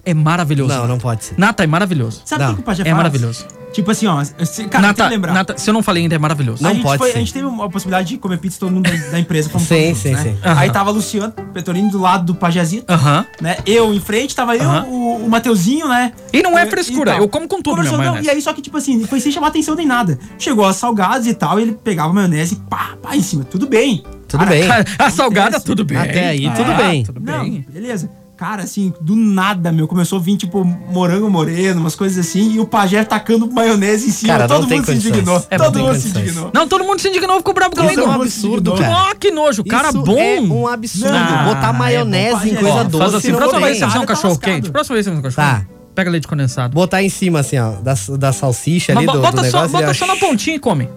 S4: É maravilhoso.
S5: Não, não pode ser.
S4: Nata, é maravilhoso.
S6: Sabe o que
S5: Não.
S6: que o Pajé
S4: É
S6: faz?
S4: maravilhoso.
S6: Tipo assim, ó. se- Cara, tem
S4: Nata,
S6: que lembrar.
S4: Nata, se eu não falei ainda, é maravilhoso.
S5: Não
S6: a gente
S5: pode
S6: foi-
S5: ser.
S6: A gente teve uma possibilidade de comer pizza todo mundo da- da empresa. Como
S5: Sim,
S6: todos juntos,
S5: sim,
S6: né?
S5: sim.
S6: Aí
S4: Aham.
S6: tava Luciano Petorino do lado do Pajezinho.
S4: Aham.
S6: Né? Eu em frente, tava
S4: Aham.
S6: eu, o, o Mateuzinho, né?
S4: E não é
S6: Eu-
S4: frescura,
S6: tal.
S4: eu como com tudo,
S6: Conversando,
S4: minha
S6: não,
S4: maionese.
S6: E aí, só que, tipo assim, foi sem chamar atenção nem nada. Chegou as salgadas e tal, e ele pegava a maionese e pá, pá, em cima. Tudo bem.
S5: Tudo bem.
S4: A salgada,
S6: interessa.
S4: tudo bem.
S5: Até aí,
S4: Ah,
S5: tudo bem.
S4: Tudo
S6: Não,
S4: bem.
S6: beleza. Cara, assim, do nada, meu, começou a vir, tipo, morango moreno, umas coisas assim, e o pajé tacando maionese em cima.
S5: Cara, não
S6: todo
S5: tem
S6: mundo se
S5: condições.
S6: indignou.
S5: É,
S4: não
S6: todo
S4: tem
S6: mundo se
S5: condições.
S6: indignou.
S4: Não, todo mundo se indignou, ficou bravo comigo.
S5: Isso é um absurdo,
S4: Ó,
S5: cara.
S4: que nojo. Cara,
S5: Isso
S4: bom.
S5: É um absurdo.
S6: Não.
S5: Botar
S6: Ah,
S5: maionese
S6: é
S5: em
S6: bom.
S5: coisa
S6: Ó,
S5: doce.
S4: Faz assim,
S5: não
S4: próxima vez
S5: tem.
S4: que você fizer um
S6: Cara, tá
S4: cachorro
S6: lascado.
S4: quente. Próxima vez que você fizer um cachorro
S5: Tá.
S4: quente. Pega leite condensado.
S5: Botar em cima, assim, ó, da, da salsicha
S4: Mas
S5: ali do,
S4: bo-
S5: do
S4: bota só,
S5: negócio.
S4: bota
S5: ó.
S4: só na pontinha e come.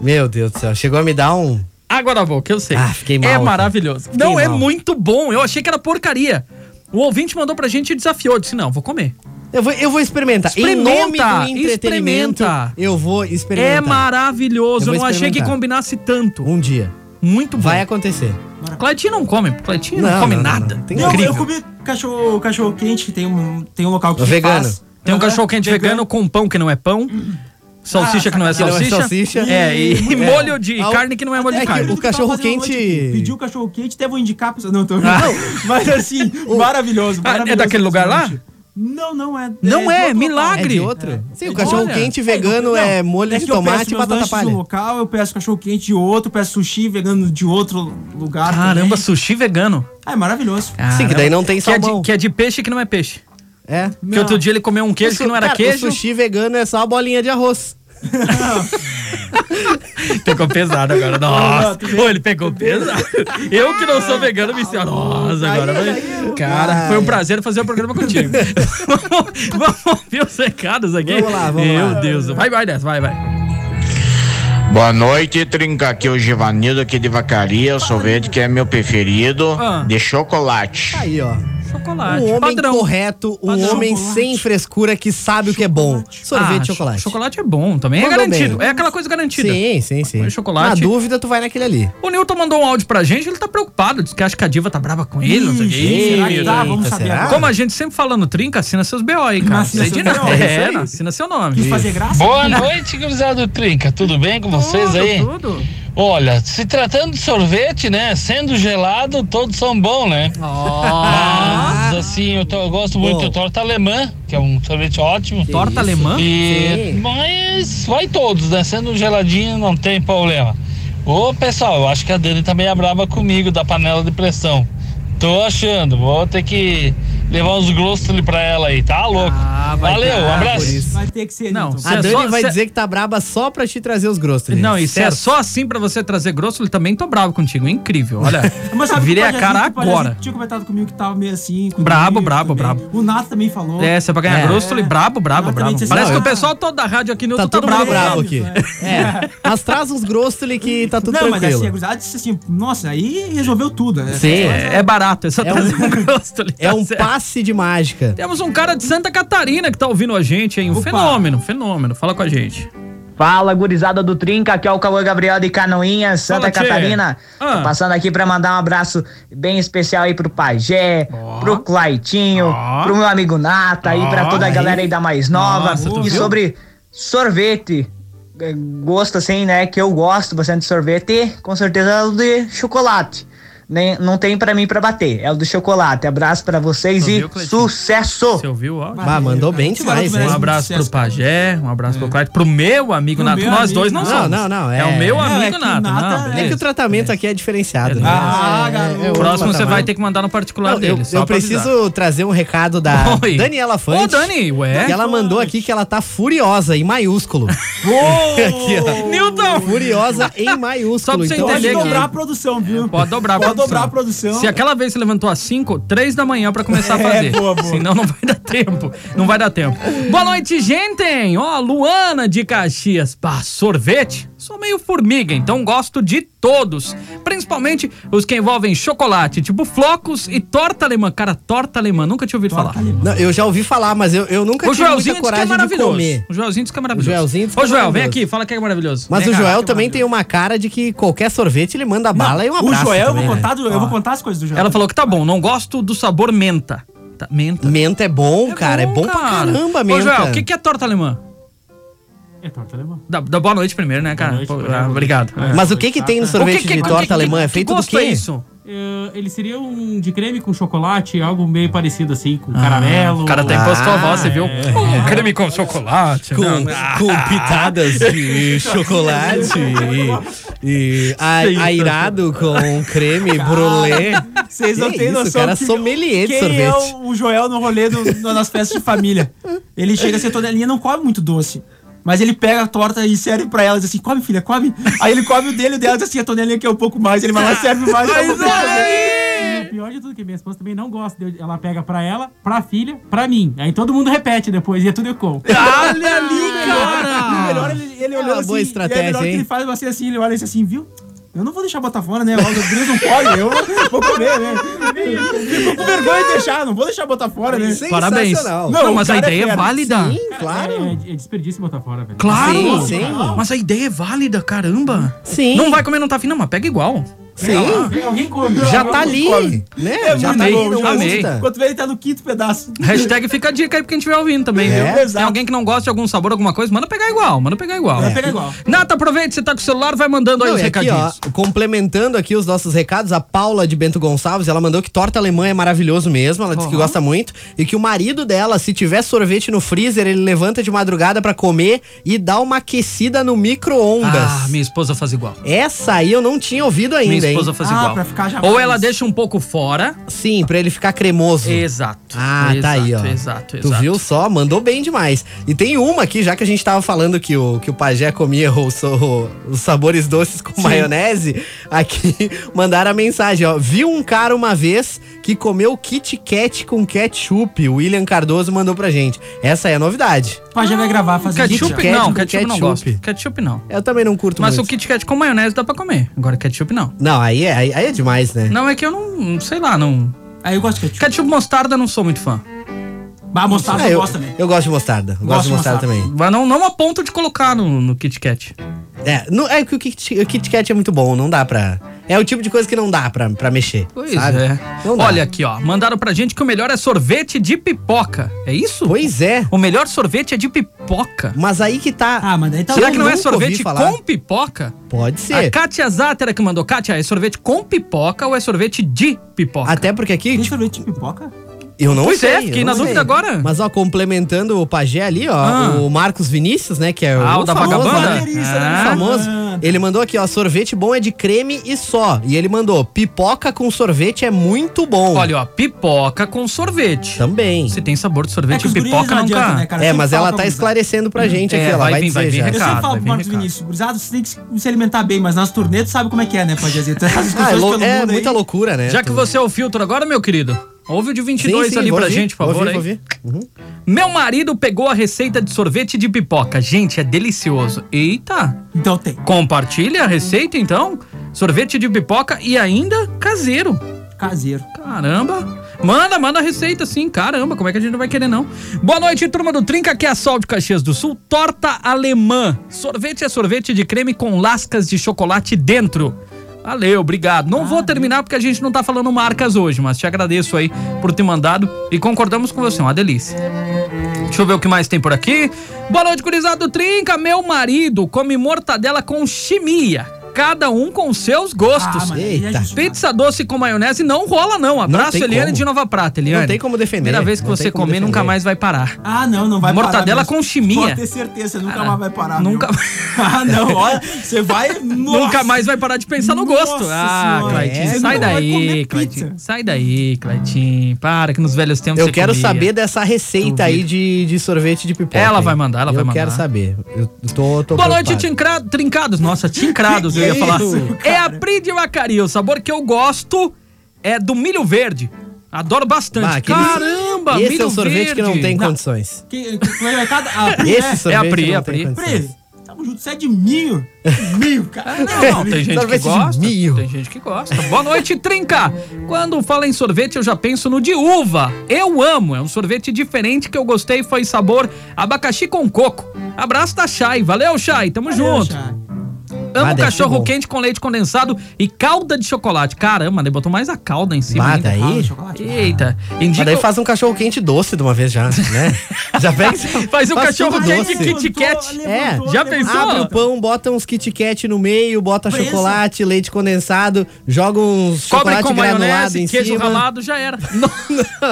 S5: Meu Deus do céu, chegou a me dar um...
S4: Agora vou, que eu sei.
S5: Ah, fiquei mal,
S4: É
S5: cara.
S4: maravilhoso.
S5: Fiquei
S4: não, é
S5: mal.
S4: muito bom. Eu achei que era porcaria. O ouvinte mandou pra gente e desafiou. Eu Disse, não, vou comer.
S5: Eu vou, eu vou experimentar. Em nome
S4: Experimenta,
S5: do entretenimento,
S4: experimenta.
S5: eu vou
S4: É
S5: experimentar.
S4: maravilhoso.
S5: Eu
S4: Eu
S5: vou
S4: não achei que
S5: experimentar.
S4: combinasse tanto.
S5: Um dia.
S4: Muito bom.
S5: Vai acontecer.
S4: Claitinho não come. Claitinho não,
S5: Não,
S4: come
S5: não, não,
S4: nada.
S5: não. Tem um
S6: Não,
S5: Incrível.
S6: eu comi cachorro, cachorro quente, que tem um, tem um local que
S5: Vegano.
S6: faz.
S4: Tem um
S6: Aham,
S4: cachorro quente vegano com pão que não é pão. Salsicha
S6: Ah,
S4: que não é
S5: sacanagem.
S4: salsicha.
S5: Salsicha.
S4: É, e
S5: É.
S4: molho de
S5: Ah, o-
S4: carne que não é molho
S5: É
S4: de
S5: que
S4: carne.
S5: o cachorro quente-
S6: Pediu o cachorro quente, até vou indicar pra você. Não,
S5: Ah.
S6: tô não, Mas assim, maravilhoso,
S4: Ah, é
S6: maravilhoso.
S4: daquele lugar lá?
S6: Não, não é.
S4: Não é,
S6: de outro local.
S4: milagre.
S5: É de outro? Sim, o
S6: de
S5: cachorro
S6: outro.
S5: quente
S6: Olha,
S5: vegano
S6: não,
S5: é molho
S6: é
S5: de
S6: que eu peço
S5: tomate e
S6: meus
S5: batata
S6: lanches de um
S5: palha.
S6: local, eu peço cachorro quente de outro, peço sushi vegano de outro lugar.
S4: Caramba,
S6: também.
S4: sushi vegano.
S6: Ah, é maravilhoso.
S5: né? Sim, que daí não tem
S4: Que é, de,
S5: salmão.
S4: que é de peixe que não é peixe.
S5: É.
S4: Porque outro dia ele comeu um queijo que não era
S5: Cara,
S4: queijo.
S5: O sushi vegano é só a bolinha de arroz.
S4: Pegou pesado agora. Nossa.
S6: tu vê?
S4: Ô, ele pegou pesado. Eu que não sou vegano, me sinto. Nossa, agora. vai- Cara, foi um prazer fazer o programa contigo. vamos, vamos ouvir os recados aqui.
S5: Vamos lá, vamos
S4: Meu
S5: lá.
S4: Deus. Vai, vai dessa, vai, vai.
S9: Boa noite, Trinca. Aqui é o Givanildo aqui de Vacaria, o sorvete que é meu preferido,
S4: Ah.
S9: de chocolate.
S5: Tá Aí, ó.
S4: Chocolate.
S5: Um homem
S4: Ah, padrão.
S5: correto, um
S4: Padrão.
S5: homem sem frescura que sabe o que é bom. Sorvete
S4: Ah,
S5: de chocolate.
S4: cho- Chocolate é bom também. É
S5: Mandou
S4: garantido.
S5: bem.
S4: É aquela coisa garantida.
S5: Sim, sim, sim.
S4: Chocolate.
S5: Na dúvida, tu vai naquele ali.
S4: O Newton mandou um áudio pra gente, ele tá preocupado, diz que acha que a diva tá brava com ele, não sei o que. tá?
S6: Ih, será que dá? Vamos
S5: Eita,
S6: saber
S5: será?
S6: agora.
S4: Como a gente sempre fala no trinca, assina seus BO aí, cara.
S6: Assina
S4: Sei de
S6: seus
S4: nada.
S6: BO, é
S4: É,
S6: isso aí.
S4: não, assina seu nome.
S6: Quis fazer graça?
S10: Boa noite, gurizada do Trinca. Tudo bem com vocês aí?
S4: Tudo, tudo.
S10: Olha, se tratando de sorvete, né? Sendo gelado, todos são bons, né? Mas, assim, eu, to- eu gosto muito
S5: Bom.
S10: do torta alemã, que é um sorvete ótimo.
S4: Torta
S5: isso?
S4: alemã?
S10: E,
S5: Sim.
S10: mas vai todos, né? Sendo geladinho, não tem problema. Ô, pessoal, eu acho que a Dani tá meio brava comigo da panela de pressão. Tô achando, vou ter que levar uns grostos ali pra ela aí, tá louco?
S4: Ah, vai
S10: Valeu,
S4: dar
S10: um
S4: por
S10: abraço.
S5: isso.
S6: Vai ter que ser.
S4: Não,
S6: Newton.
S4: se
S5: A
S4: é
S5: Dani
S4: só-
S5: vai
S4: se é-
S5: dizer que tá braba só pra te trazer os grossos. Lili.
S4: Não, isso é
S5: Certo?
S4: só assim pra você trazer grosso, ele também tô bravo contigo. É incrível, olha.
S6: Mas sabe que o
S4: Virei a
S6: Pajazinho-
S4: cara
S6: o Pajazinho
S4: agora.
S6: Tinha comentado comigo que tava meio assim. com
S4: Brabo,
S6: medo
S4: brabo,
S6: também.
S4: brabo.
S6: O Nato também falou.
S4: É, você é pra ganhar
S5: É. assim.
S4: grosso, ele brabo, brabo,
S6: Exatamente,
S4: bravo.
S6: você
S4: Parece que
S6: sabe.
S4: o pessoal todo da rádio aqui no
S5: Tá
S4: Newton tá,
S5: todo mundo
S4: bravo.
S6: bravo.
S5: brabo aqui. É. Mas traz uns grossos ali que tá tudo
S6: não, mas
S5: tranquilo.
S6: assim, a gurizada disse assim, nossa, aí resolveu tudo. né?
S5: Sim.
S4: É, é barato, é só
S5: É um-
S4: trazer um, grosso ali.
S5: É
S4: tá
S5: um
S4: certo.
S5: passe de mágica.
S4: Temos um cara de Santa Catarina que tá ouvindo a gente, hein? Um
S6: Opa.
S4: fenômeno, fenômeno. Fala com a gente.
S11: Fala, gurizada do Trinca, aqui é o Calor Gabriel de Canoinhas,
S4: Fala,
S11: Santa
S4: tchê.
S11: Catarina.
S4: Ah.
S11: Tô passando aqui pra mandar um abraço bem especial aí pro Pajé, pro Claitinho, pro meu amigo Nata aí, pra toda a galera aí da Mais Nova.
S4: Nossa, tu
S11: e
S4: viu?
S11: sobre sorvete, eh, gosto assim, né, que eu gosto bastante de sorvete, com certeza é o de é chocolate. nem, não tem pra mim pra bater. É o do chocolate. Abraço pra vocês
S4: Ouviu,
S11: e
S4: Cleitinho?
S11: sucesso! Você
S4: ouviu, ó?
S5: Bah, mandou bem demais, né?
S4: Um abraço pro Pajé, um abraço pro Cláudio, pro meu amigo
S5: É. Pro
S4: Nato.
S5: meu
S4: Nós
S5: amigo
S4: dois não,
S5: Nato.
S4: somos.
S5: Não, não,
S4: É, o
S5: é-
S4: meu
S5: Não, é
S4: amigo
S5: que
S4: Nato.
S5: Nata-
S4: não,
S5: é que o tratamento aqui é diferenciado. né?
S4: Ah,
S5: é outro
S4: Próximo você
S5: patamar.
S4: vai ter que mandar no particular
S5: Não,
S4: dele.
S5: eu,
S4: só
S5: eu
S4: pra avisar.
S5: preciso trazer um recado da
S4: Oi.
S5: Daniela Fante.
S4: Ô, Dani, é? ué.
S5: Que ela mandou aqui que ela tá furiosa, em maiúsculo. aqui, ó.
S4: Newton!
S5: Furiosa em maiúsculo.
S4: Só pra você
S5: então,
S4: entender
S5: pode
S4: que-
S6: dobrar a produção, viu?
S4: Pode dobrar a
S6: Pode
S4: produção.
S6: dobrar a produção. É,
S4: Se aquela vez você é levantou às 5, 3 da manhã pra começar a fazer.
S6: boa, boa.
S4: Senão não vai dar tempo. Não vai dar tempo. Boa noite, gente! Ó, Luana de Caxias. Pá, sorvete? Sou meio formiga, então gosto de todos. Principalmente os que envolvem chocolate, tipo flocos e torta alemã. Cara, torta alemã, nunca tinha ouvido falar.
S5: Não, eu já ouvi falar, mas eu, eu nunca
S4: O
S5: tive
S4: Joelzinho diz
S5: muita
S4: que é
S5: coragem de
S4: maravilhoso.
S5: comer.
S4: O Joelzinho diz que é maravilhoso.
S5: Joelzinho diz que
S4: Ô,
S5: é
S4: Joel, vem
S5: maravilhoso.
S4: aqui, fala que é maravilhoso.
S5: Mas
S4: Vem
S5: o
S4: cá.
S5: Joel também tem uma cara de que qualquer sorvete ele manda bala e um
S6: o
S5: abraço.
S4: é
S6: Joel, eu
S5: também,
S6: vou
S5: né?
S6: contar, do- eu vou contar as coisas do Joel.
S4: Ela falou que tá bom, não gosto do sabor menta. Tá, menta.
S5: Menta é bom, cara. é bom pra
S4: Cara.
S5: caramba,
S4: Ô,
S5: menta.
S4: Joel, o que, que é torta alemã?
S6: É torta alemã.
S4: Dá, dá boa noite primeiro, né, cara?
S6: Boa noite,
S4: Pô,
S6: boa
S4: ah,
S6: noite.
S4: obrigado.
S5: É. Mas o que que tem no sorvete de torta alemã? É feito do
S4: gosto
S5: quê?
S4: É isso?
S6: Eh, Ele seria um de creme com chocolate, algo meio parecido assim, com caramelo.
S4: O Ah, cara tá impostou a voz, você viu? Um creme com chocolate.
S5: Com,
S4: né?
S5: com pitadas de chocolate e, e a-
S4: Sim.
S5: airado com creme brulé.
S6: Vocês não
S5: Que
S6: têm
S5: isso,
S6: noção.
S5: cara,
S6: que-
S5: sommelier de
S6: quem
S5: sorvete.
S6: é o- o Joel no rolê do, no- nas festas de família. Ele chega assim, a tonelinha não come muito doce. Mas ele pega a torta e serve pra ela, diz assim, come filha, come. Aí ele come o dele e o dela diz assim, a tonelinha quer um pouco mais, ele vai lá e serve mais.
S4: Mas
S6: aí! O pior de tudo é que minha esposa também não gosta. de- Ela pega pra ela, pra filha, pra mim. Aí todo mundo repete depois, e é tudo eu como.
S4: Olha ali,
S6: E o melhor
S4: cara!
S6: é ele, ele
S5: Ah, É
S6: olhando
S5: uma
S6: assim,
S5: boa
S6: e é
S5: estratégia,
S6: melhor que
S5: hein?
S6: ele faz assim, assim, ele olha e diz assim, viu? Eu não vou deixar botar fora, né? Logo, os gringos não podem, eu vou comer, né? Ficou com vergonha de deixar, não vou deixar botar fora, né?
S4: Parabéns.
S5: Sensacional.
S4: Não,
S6: Não, o
S4: mas a
S6: cara é
S4: ideia é,
S6: fera.
S4: válida.
S5: Sim, claro.
S6: É, é desperdício botar fora, velho.
S4: Claro!
S5: Sim, sim.
S4: Mas a ideia é válida, caramba.
S5: Sim.
S4: Não vai comer, não tá afim, não, mas pega igual.
S5: Sim.
S6: Alguém come.
S5: Já
S6: alguém
S5: tá ali,
S6: come.
S5: né?
S6: É
S5: Já
S6: muito
S5: tá ali,
S6: bom,
S5: não
S6: já
S4: amei.
S5: custa.
S6: Enquanto vê, ele tá no quinto pedaço.
S4: Hashtag fica a dica aí pra quem estiver ouvindo também,
S5: É,
S4: viu? Tem
S6: exato.
S4: alguém que não gosta de algum sabor, alguma coisa, manda pegar igual, manda pegar igual.
S6: Manda pegar igual.
S4: Nata, aproveita, você tá com o celular, vai mandando aí
S5: Não,
S4: os
S5: e aqui, ó,
S4: recadinhos.
S5: complementando aqui os nossos recados, a Paula de Bento Gonçalves, ela mandou que torta alemã é maravilhoso mesmo, ela disse que gosta muito, e que o marido dela, se tiver sorvete no freezer, ele levanta de madrugada pra comer e dá uma aquecida no micro-ondas.
S4: Ah, minha esposa faz igual.
S5: Essa aí eu não tinha ouvido ainda,
S4: Minha esposa
S5: hein?
S4: faz
S6: Ah,
S4: igual.
S6: pra ficar já
S4: Ou
S6: mais-
S4: ela deixa um pouco fora.
S5: Sim, pra ele ficar cremoso.
S4: Exato.
S5: Ah, tá
S4: Exato,
S5: aí, ó.
S4: Exato,
S5: Tu
S4: exato.
S5: viu só? Mandou bem demais. E tem uma aqui, já que a gente tava falando que o, que o pajé comia o so- os sabores doces com maionese, aqui mandaram a mensagem, ó. Viu um cara uma vez que comeu Kit Kat com ketchup. O William Cardoso mandou pra gente. Essa é a novidade.
S6: O Pajé vai gravar, fazer
S4: Ketchup,
S5: Kit Kat
S4: não,
S5: com
S4: ketchup não
S5: ketchup.
S4: gosto. Ketchup não.
S5: Eu também não curto
S4: Mas o
S5: muito.
S4: Kit Kat com maionese dá pra comer. Agora ketchup não.
S5: Não, aí é, aí aí é demais, né?
S4: Não, é que eu não, sei lá, não...
S6: Aí eu gosto de ketchup.
S4: Ketchup mostarda não sou muito fã.
S6: Bah,
S4: tá,
S6: mostarda
S5: Ah,
S6: eu
S5: eu,
S6: gosto também.
S5: eu gosto de mostarda. Eu Gosto, de mostarda, também.
S4: Mas não, não a ponto de colocar no, no Kit Kat.
S5: É, não, é que o Kit, o Kit Kat é muito bom, não dá pra. É o tipo de coisa que não dá pra, pra mexer.
S4: Pois
S5: sabe?
S4: é.
S5: Não dá.
S4: Olha aqui, ó. Mandaram pra gente que o melhor é sorvete de pipoca. É isso?
S5: Pois é.
S4: O melhor sorvete é de pipoca.
S5: Mas aí que tá.
S6: Ah, mas daí tá
S4: Será
S5: eu
S4: que não é
S5: nunca ouvi
S4: sorvete
S5: falar.
S4: com pipoca?
S5: Pode
S4: A
S5: ser.
S4: Kátia Zátera que mandou. Kátia, é sorvete com pipoca ou é sorvete de pipoca?
S5: Até porque aqui,
S6: Tem
S5: tipo,
S6: sorvete de pipoca?
S5: eu não
S4: Pois
S5: sei.
S4: é,
S5: eu
S4: fiquei
S5: não
S4: na dúvida
S5: sei.
S4: agora.
S5: Mas ó, complementando o pajé ali, ó,
S4: Ah.
S5: o Marcos Vinícius, né, que é
S4: Ah,
S5: o,
S4: o da
S5: famoso,
S4: vagabanda?
S5: né?
S4: Ah.
S5: O famoso.
S6: Vagabanda.
S5: Ele mandou aqui, ó, sorvete bom é de creme e só. E ele mandou, pipoca com sorvete é muito bom.
S4: Olha, ó, pipoca com sorvete.
S5: Também.
S4: Se tem sabor de sorvete,
S6: É os guris
S4: pipoca não
S6: adianta,
S4: dá.
S6: né, cara?
S5: É,
S6: Sempre
S5: mas ela
S6: falta
S5: tá
S6: alguns-
S5: esclarecendo pra gente
S4: É,
S5: aqui, ela
S4: vai
S5: vai
S4: vir, vai
S5: dizer
S4: vir
S5: já.
S6: Eu
S4: Recado,
S6: sempre falo
S4: vai
S6: pro
S4: vir
S6: Marcos
S4: recado.
S6: Vinícius, gurizado, você tem que se- se alimentar bem, mas nas turnê tu sabe como é que é, né, Pajézinho? Tem essas
S5: Ah, é,
S6: discussões
S5: lou-
S6: pelo
S5: é
S6: mundo aí.
S5: muita loucura, né?
S4: Já que você é o filtro agora, meu querido, ouve o de
S5: Sim,
S4: 22
S5: sim,
S4: ali
S5: vou
S4: pra
S5: ouvir,
S4: gente, por
S5: vou
S4: favor.
S5: ouvir,
S4: aí.
S5: vou ouvir. Uhum.
S4: Meu marido pegou a receita de sorvete de pipoca. Gente, é delicioso. Eita!
S6: Então tem.
S4: Compartilha a receita então. Sorvete de pipoca e ainda caseiro.
S6: Caseiro. Ah,
S4: Caramba! Manda, manda a receita sim, caramba, como é que a gente não vai querer não? Boa noite, turma do Trinca, que é a Sol de Caxias do Sul, torta alemã. Sorvete é sorvete de creme com lascas de chocolate dentro. Valeu, obrigado. Não vou terminar porque a gente não tá falando marcas hoje, mas te agradeço aí por ter mandado e concordamos com você, É uma delícia. Deixa eu ver o que mais tem por aqui. Boa noite, gurizado Trinca. Meu marido come mortadela com chimia. cada um com os seus gostos. Eita. Pizza doce com maionese não rola, não. Abraço,
S5: tem
S4: Eliane
S5: como.
S4: de Nova Prata, Eliane.
S5: Não tem como defender. né?
S4: Primeira vez que
S5: Não tem
S4: você
S5: como
S4: comer, nunca
S5: defender.
S4: mais vai parar.
S6: Ah, não, não vai
S4: Mortadela
S6: mesmo.
S4: com chiminha.
S6: Pode ter certeza, nunca
S4: Cara,
S6: mais vai parar.
S4: nunca-
S6: meu. ah, não, olha, você vai.
S4: Nunca mais vai parar de pensar no gosto.
S6: Nossa
S4: ah,
S6: Senhora.
S4: Claitinho,
S6: É,
S4: sai
S6: não vai
S4: daí,
S6: comer
S4: Claitinho.
S6: pizza.
S4: Sai daí, Claitinho. Para que nos velhos tempos
S5: Eu
S4: você
S5: quero
S4: comia.
S5: saber dessa receita aí de, de sorvete de pipoca.
S4: Ela
S5: aí.
S4: vai mandar, ela
S5: eu
S4: vai mandar.
S5: quero saber. Eu tô, tô
S4: Boa noite,
S5: preocupado.
S4: tincrado, Trincados. Nossa, Tincrados, eu ia
S5: Que
S4: falar.
S5: isso,
S4: é a Pri de Vacaria. O sabor que eu gosto é do milho verde. Adoro bastante.
S5: Bah, aquele-
S4: Caramba,
S5: Esse
S4: milho
S5: é um sorvete
S4: verde.
S5: que não tem condições.
S6: Que, que, como é que é cada- ah,
S5: Esse
S6: é.
S5: sorvete
S4: é a Pri,
S5: não
S4: é a
S5: tem
S4: Pri.
S5: condições.
S6: Pri, tamo junto, você é de milho. Milho, cara. Não,
S4: Não, tem gente que
S5: Sorvete de
S4: gosta.
S5: milho.
S4: Tem gente que gosta. Boa noite, Trinca. Quando fala em sorvete, eu já penso no de uva. Eu amo. É um sorvete diferente que eu gostei. Foi sabor abacaxi com coco. Abraço da Chay. Valeu, Chay. Tamo junto. Amo
S5: Ah, deve ser
S4: cachorro
S5: bom.
S4: quente com leite condensado e calda de chocolate. Caramba, ele botou mais a calda em cima. ainda.
S5: Bah, daí.
S4: Eita.
S5: Mas
S4: Indica...
S5: daí faz um cachorro quente doce de uma vez já, né? Já pega esse-
S4: Faz um
S5: faz
S4: cachorro
S5: tudo
S4: quente
S5: doce.
S4: Kit Kat.
S5: É,
S4: já pensou?
S5: Abre o pão, bota uns Kit Kat no meio, bota
S6: Presa.
S5: chocolate, leite condensado, joga uns
S4: Cobre
S5: chocolate
S4: com
S5: granulado
S4: maionese,
S5: em
S4: queijo
S5: cima.
S4: ralado, já era.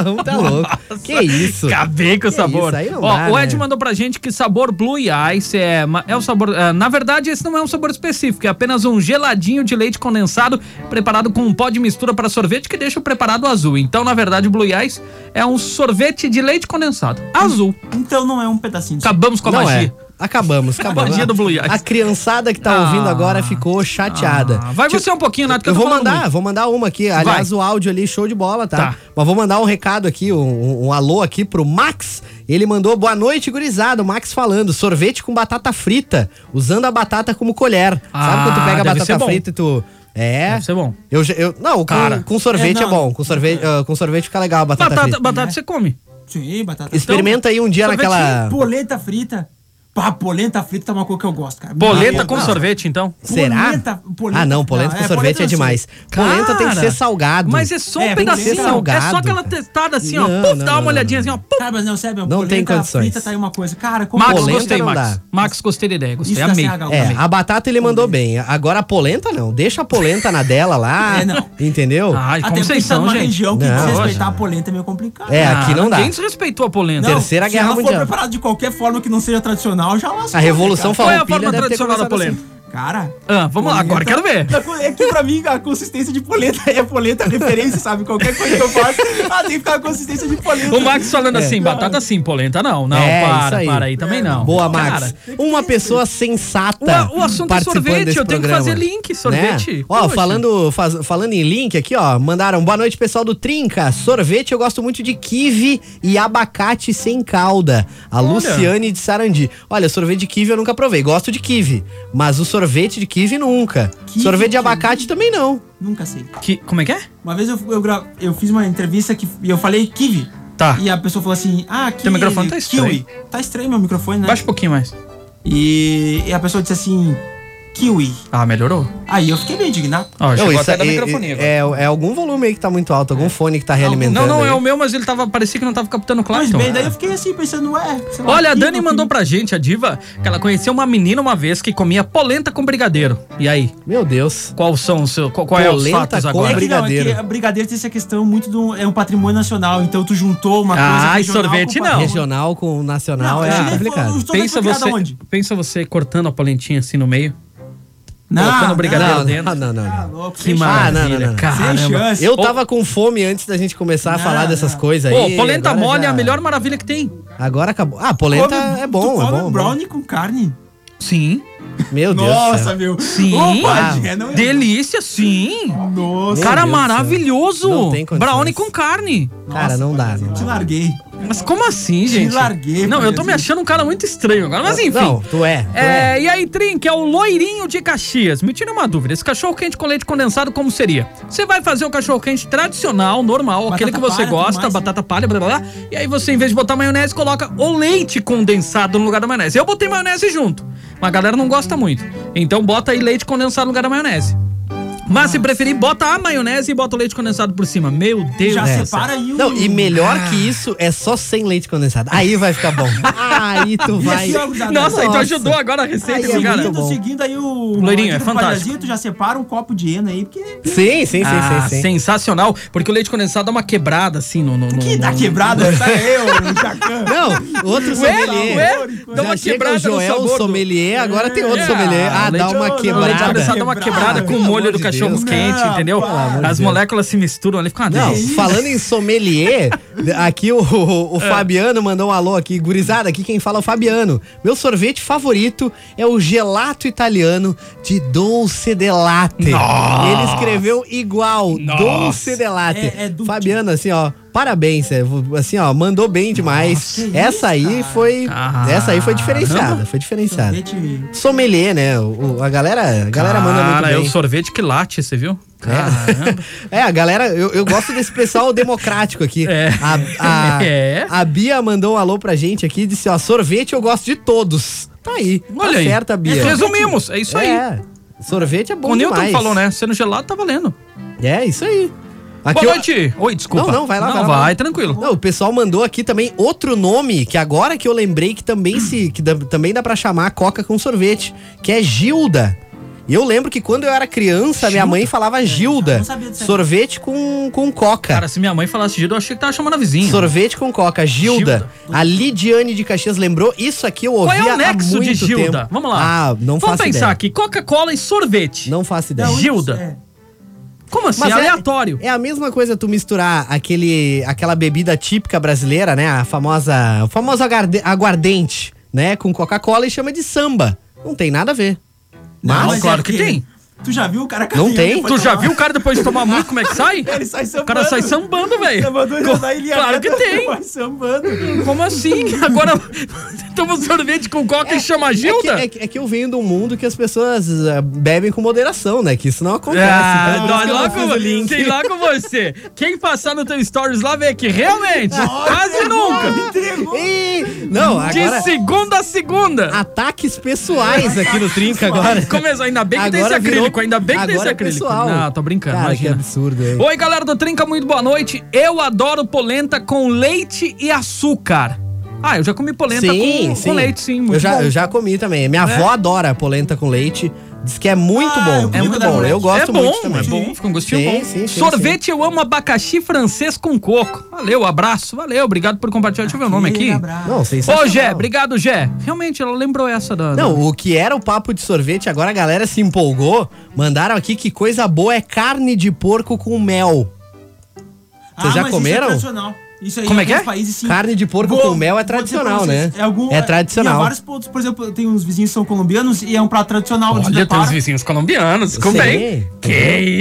S5: Não, tá louco. Que isso?
S4: Acabei com o
S5: Que
S4: sabor.
S5: isso, aí não
S4: Ó,
S5: dá,
S4: o Ed
S5: né?
S4: mandou pra gente que sabor Blue Ice é, ma- é o sabor. ah, na verdade, esse não é um sabor específico, é apenas um geladinho de leite condensado preparado com um pó de mistura para sorvete que deixa o preparado azul. Então, na verdade, Blue Ice é um sorvete de leite condensado azul.
S6: Então não é um pedacinho. de-
S4: Acabamos com a
S5: Hum. Não
S4: magia.
S5: é. Acabamos, acabamos.
S4: Magia do Blue Eyes.
S5: A criançada que tá
S4: Ah.
S5: ouvindo agora ficou chateada.
S4: Ah, vai você um pouquinho, Nath, que
S5: Eu
S4: tô
S5: vou
S4: falando
S5: mandar,
S4: muito.
S5: vou mandar uma aqui. Aliás, o áudio ali, show de bola, tá?
S4: Tá.
S5: Mas vou mandar um recado aqui, um, um alô aqui pro Max. Ele mandou boa noite, gurizada. O Max falando, sorvete com batata frita, usando a batata como colher. Sabe quando
S4: Ah,
S5: tu pega a
S4: deve ser
S5: batata
S4: bom.
S5: frita e tu. É.
S4: Deve ser bom.
S5: Eu, já- eu, não, com,
S4: Cara.
S5: com sorvete
S6: É,
S5: é,
S6: não.
S5: bom. Com sorvete, ah, com sorvete fica legal a batata,
S4: Batata,
S5: frita. né?
S4: batata então, você come.
S6: Sim, batata
S5: Experimenta aí um dia
S6: Sorvete,
S4: Ah.
S5: naquela.
S6: Polenta frita. Pá, polenta frita é uma coisa que eu gosto, cara.
S4: Polenta
S6: Não,
S4: com
S6: não.
S4: sorvete, então.
S5: Será?
S6: Polenta- polenta-
S5: ah, não, polenta
S6: não,
S5: com
S6: é,
S5: sorvete
S6: polenta
S5: é demais. polenta tem que
S4: Cara,
S5: ser salgado.
S4: Mas é só um
S6: É, tem que ser
S4: pedacinho. É
S5: salgado,
S4: só aquela
S5: cara.
S4: testada assim, ó.
S5: Não,
S4: Puf,
S5: não,
S4: dá uma
S5: não,
S4: olhadinha assim, ó. Puf.
S6: Ah, Cara, mas não, sério, meu,
S5: Não tem
S6: polenta
S5: condições.
S6: frita tá aí uma coisa. Cara, como
S4: Max,
S5: Polenta
S4: gostei,
S5: não
S4: Max.
S5: dá.
S4: Max, gostei da ideia. Gostei.
S6: Isso tá sem
S4: Amei.
S6: H,
S5: É,
S6: Também.
S5: a batata ele mandou bem. Agora a polenta não. Deixa a polenta na dela lá.
S6: É, não.
S5: Entendeu?
S4: Ai,
S6: Até
S4: como
S6: porque
S4: vocês
S6: tá
S4: são,
S6: numa
S4: gente.
S6: região que
S5: Não,
S6: desrespeitar a polenta é meio complicado.
S5: É, aqui não dá.
S4: Quem Ah, desrespeitou a polenta?
S6: Não,
S5: Terceira
S6: se
S5: Guerra
S6: ela
S5: Mundial.
S6: for preparada de qualquer forma que não seja tradicional, já lascou.
S5: A Revolução
S6: né,
S4: Qual é a
S5: Farroupilha
S4: forma
S5: deve ter
S4: tradicional da
S5: começado assim.
S4: polenta?
S6: cara? Cara,
S4: Ah, vamos lá, agora quero ver.
S6: É que pra mim a consistência de polenta é polenta referência, sabe? Qualquer coisa que eu faço, ah, tem que ficar a consistência de polenta.
S4: O Max falando assim, batata sim, polenta não. Não,
S5: É, isso
S4: para,
S5: aí.
S4: para aí também não.
S5: Boa, Max.
S4: Cara,
S5: Uma pessoa sensata.
S4: O- o assunto é
S5: participando
S4: sorvete,
S5: desse
S4: eu tenho que
S5: programa.
S4: fazer link, sorvete. assim?
S5: Né? Ó,
S4: Poxa.
S5: falando, faz- falando em link aqui, ó, mandaram boa noite, pessoal do Trinca. Sorvete, eu gosto muito de kiwi e abacate sem calda. A Luciane de Sarandi. Olha, sorvete de kiwi eu nunca provei. Gosto de kiwi, mas o sorvete de kiwi nunca.
S6: Kiwi,
S5: sorvete
S6: kiwi.
S5: de abacate também não.
S6: Nunca sei.
S4: que, como é que é?
S6: Uma vez eu, eu, gra- eu fiz uma entrevista que e eu falei kiwi.
S4: Tá.
S6: E a pessoa falou assim, ah, kiwi.
S4: Teu microfone tá
S6: kiwi. Tá estranho meu microfone, né?
S4: Baixa um pouquinho mais.
S6: E, e a pessoa disse assim, kiwi.
S4: Ah, melhorou?
S6: Aí eu fiquei meio indignado.
S4: Ó, chegou
S5: Não,
S4: até da
S5: é,
S4: microfonia agora. É.
S5: é, é algum volume aí que tá muito alto, algum fone que tá realimentando.
S4: Não, não, é
S5: aí.
S4: o meu, mas ele tava, parecia que não tava captando claro.
S6: Mas bem, daí eu fiquei assim, pensando, ué... sei lá,
S4: Olha, a
S6: kiwi,
S4: Dani mandou
S6: kiwi.
S4: pra gente, a diva, que ela conheceu uma menina uma vez que comia polenta com brigadeiro. E aí,
S5: Meu Deus.
S4: qual são os seus, qual, qual é os
S5: Polenta
S4: fatos
S5: com
S4: agora?
S6: É que não, é
S5: brigadeiro.
S6: que a brigadeiro tem essa questão muito do. É um patrimônio nacional, então tu juntou uma coisa.
S4: Ah, e
S6: regional
S4: sorvete
S6: com
S4: não.
S6: patrimônio-
S5: Regional com nacional
S6: Não,
S5: é
S6: eu
S5: complicado.
S6: eu- eu-
S4: Pensa
S6: foi
S4: você,
S6: criado aonde?
S4: pensa você cortando a polentinha assim no meio.
S6: Não,
S4: colocando
S6: não,
S4: brigadeiro
S5: não,
S4: dentro. Ah,
S5: não, não, não, não.
S6: Tá louco,
S4: Que
S6: sem chance.
S5: Ah, não, não,
S4: maravilha,
S5: não, não.
S4: caramba.
S6: Sem chance.
S5: Eu tava com fome antes da gente começar a
S6: Não,
S5: falar dessas
S6: não.
S5: coisas
S4: Pô,
S5: aí.
S4: polenta
S5: agora
S4: mole é
S5: já-
S4: a melhor maravilha que tem.
S5: Agora acabou. Ah, polenta
S6: Come-
S5: é bom,
S6: tu
S5: é
S6: come
S5: bom. é bom.
S6: brownie com carne?
S4: Sim.
S5: Meu Deus. do
S6: Nossa,
S5: céu.
S6: meu.
S4: Sim. Ah.
S6: Ô, pode, é, não é?
S4: Delícia, sim.
S6: Nossa.
S4: Cara,
S5: Deus do céu.
S4: maravilhoso.
S5: Não tem condições.
S4: Brownie com carne.
S5: Cara, não dá. Não,
S6: Te
S5: dá.
S6: larguei.
S4: Mas como assim, gente?
S6: larguei,
S4: Não, eu tô
S6: Brasil.
S4: me achando um cara muito estranho agora, mas enfim.
S5: é Não, tu é. Tu é.
S4: É, e aí, Trin, que é o loirinho de Caxias. Me tira uma dúvida: esse cachorro quente com leite condensado, como seria? Você vai fazer o cachorro quente tradicional, normal,
S6: Batata
S4: aquele que você
S6: palha, tudo
S4: gosta,
S6: mais.
S4: batata palha, blá blá blá. E aí você, em vez de botar maionese, coloca o leite condensado no lugar da maionese. Eu botei maionese junto, mas a galera não gosta muito. Então bota aí leite condensado no lugar da maionese. Mas se preferir, bota a maionese e bota o leite condensado por cima. Meu Deus do céu.
S5: é. Não,
S4: uh,
S5: e melhor que
S4: ah.
S5: isso é só sem leite condensado. Aí vai ficar bom. aí tu vai.
S6: assim, ó, gurizada,
S4: Nossa, então ajudou agora a receita,
S5: Aí é
S4: meu cara.
S5: muito
S6: Seguindo,
S5: bom.
S6: seguindo aí o.
S4: Loirinho, é
S6: do
S4: fantástico.
S6: quadradinho, Tu já separa um copo de heno aí, porque.
S5: Sim, sim, sim,
S4: Ah,
S5: sim, sim.
S4: sensacional, porque o leite condensado dá uma quebrada assim no. no, no
S6: Que dá
S4: no-
S6: quebrada, tá eu, o Jacan.
S5: Não, outro
S4: Ué,
S5: sommelier.
S4: ué, dá
S5: Já
S4: uma
S5: chega
S4: quebrada
S5: o Joel,
S4: no sabor. do-
S5: sommelier, agora tem outro
S4: É,
S5: sommelier. Ah,
S4: leite-
S5: dá
S4: não,
S5: uma
S4: não,
S5: quebrada.
S4: leite condensado dá uma
S6: Quebrada.
S4: quebrada com o
S5: Ah, Pelo
S4: molho
S5: amor
S4: do
S5: de
S4: cachorro
S5: Deus.
S4: quente,
S6: Não,
S4: entendeu?
S6: pelo amor de
S4: As
S5: Deus.
S4: moléculas se misturam ali, fica uma
S5: Não,
S4: delícia.
S5: falando em sommelier, aqui o, o- o Fabiano mandou um alô aqui, gurizada, aqui quem fala é o Fabiano. Meu sorvete favorito é o gelato italiano de Dolce de Latte. Ele escreveu igual, Dolce de Latte.
S6: É- é do-
S5: Fabiano, assim, ó, parabéns, é, assim, ó, mandou bem demais.
S6: que isso,
S5: essa aí
S6: cara.
S5: foi, essa aí foi diferenciada, foi diferenciada.
S6: Sorvete-
S5: Sommelier, né? o- o- a galera, a galera manda muito
S4: Cara,
S5: bem.
S4: é o sorvete que late, você viu? Caramba.
S5: É, a galera, eu, eu gosto desse pessoal democrático aqui.
S4: É.
S5: A, a,
S4: É.
S5: a Bia mandou um alô pra gente aqui e disse: ó, sorvete eu gosto de todos. Tá aí.
S4: Olha
S5: tá
S4: aí.
S5: certa, Bia.
S4: Resumimos, é isso aí.
S5: É, sorvete é bom
S4: o Newton
S5: demais.
S4: falou, né? Sendo gelado, tá valendo.
S5: É, isso aí. Aqui,
S4: Boa
S5: ó-
S4: noite. Oi, desculpa.
S5: Não, não, vai lá,
S4: Não,
S5: vai
S4: vai,
S5: lá, vai.
S4: tranquilo.
S5: Não, o pessoal mandou aqui também outro nome, que agora que eu lembrei que também se que dá- também dá pra chamar coca com sorvete, que é Gilda. E eu lembro que quando eu era criança, minha mãe
S4: É,
S5: falava Gilda.
S6: não sabia disso aí.
S5: sorvete com, com coca.
S4: Cara, né? se minha mãe falasse Gilda, eu achei que tava chamando a vizinha.
S5: Sorvete com coca, Gilda. A Lidiane de Caxias lembrou. Isso aqui eu ouvi
S4: Qual é o
S5: há
S4: nexo de
S5: muito
S4: Gilda?
S5: tempo.
S4: Vamos lá.
S5: Ah, não
S4: Vamos
S5: faço
S4: pensar
S5: ideia.
S4: aqui. Coca-Cola e sorvete.
S5: Não faço ideia.
S4: Gilda.
S6: é.
S4: Como assim?
S5: Mas é-
S4: Aleatório.
S5: É a mesma coisa tu misturar aquele, aquela bebida típica brasileira, né? A famosa, o famoso agarde- aguardente, né? Com Coca-Cola e chama de samba. Não tem nada a ver.
S6: Não,
S5: Mas,
S4: Mas claro
S6: é
S4: que tem.
S6: Tu já viu o cara
S5: Não tem?
S4: Tu já viu o cara depois de tomar muito como é que sai?
S6: Ele sai sambando.
S4: O cara sai sambando, velho.
S6: Sambando, ele
S4: Co-
S6: sai em linha
S4: Claro que
S6: reta,
S4: tem.
S6: Vai sambando.
S4: Como assim? Agora toma um sorvete com coca e chama
S5: é que,
S4: Gilda?
S5: é, que- é que eu venho de um mundo que as pessoas eh, bebem com moderação, né? Que isso não acontece.
S4: Ah,
S5: Então,
S4: dói
S5: por isso que eu
S4: lá
S5: não fiz
S4: com, sei lá com você. Quem passar no teu stories lá vê que realmente, quase nunca.
S5: Ih, não, agora...
S4: De segunda a segunda.
S5: Ataques pessoais aqui no Trinca agora.
S4: Começou, ainda bem que tem esse
S5: Agora virou-
S4: acrílico, ainda bem que tem esse
S5: agora é
S4: acrílico.
S5: pessoal.
S4: Não, tô brincando,
S5: Cara, que
S4: imagina.
S5: absurdo, hein?
S4: Oi, galera do Trinca, muito boa noite. Eu adoro polenta com leite e açúcar. Ah, eu já comi polenta com, com leite, sim. Muito
S5: eu, já,
S4: bom. É.
S5: eu já comi também. Minha avó adora polenta com leite. Diz que é muito
S6: Ah, eu
S5: bom.
S6: comi
S5: É muito
S6: quando era
S5: bom. Eu
S6: moleque.
S5: gosto
S4: é
S5: muito
S4: bom,
S5: também.
S4: é bom, fica um gostinho
S5: Sim,
S4: bom.
S5: sim, sim,
S4: Sorvete, eu amo abacaxi francês com coco. Valeu, abraço, valeu, obrigado por compartilhar. Deixa eu ver o nome é aqui.
S5: Não, sensacional.
S4: Ô, Gé, obrigado, Gé. Realmente, ela lembrou essa da. da-
S5: Não, o que era o papo de sorvete, agora a galera se empolgou. Mandaram aqui que coisa boa é carne de porco com mel. Vocês já comeram?
S6: Isso é tradicional. Isso aí
S4: Como é que
S6: alguns
S4: é?
S6: Países, sim.
S5: Carne de porco com mel
S6: vou dizer pra
S5: é tradicional, né?
S6: vocês, É, algum,
S5: É tradicional.
S6: e há vários pontos, por exemplo, tem uns vizinhos que são colombianos e é um prato tradicional. eles
S4: Olha, tem
S6: preparam.
S4: os vizinhos colombianos, como
S5: Sei.
S4: bem? Que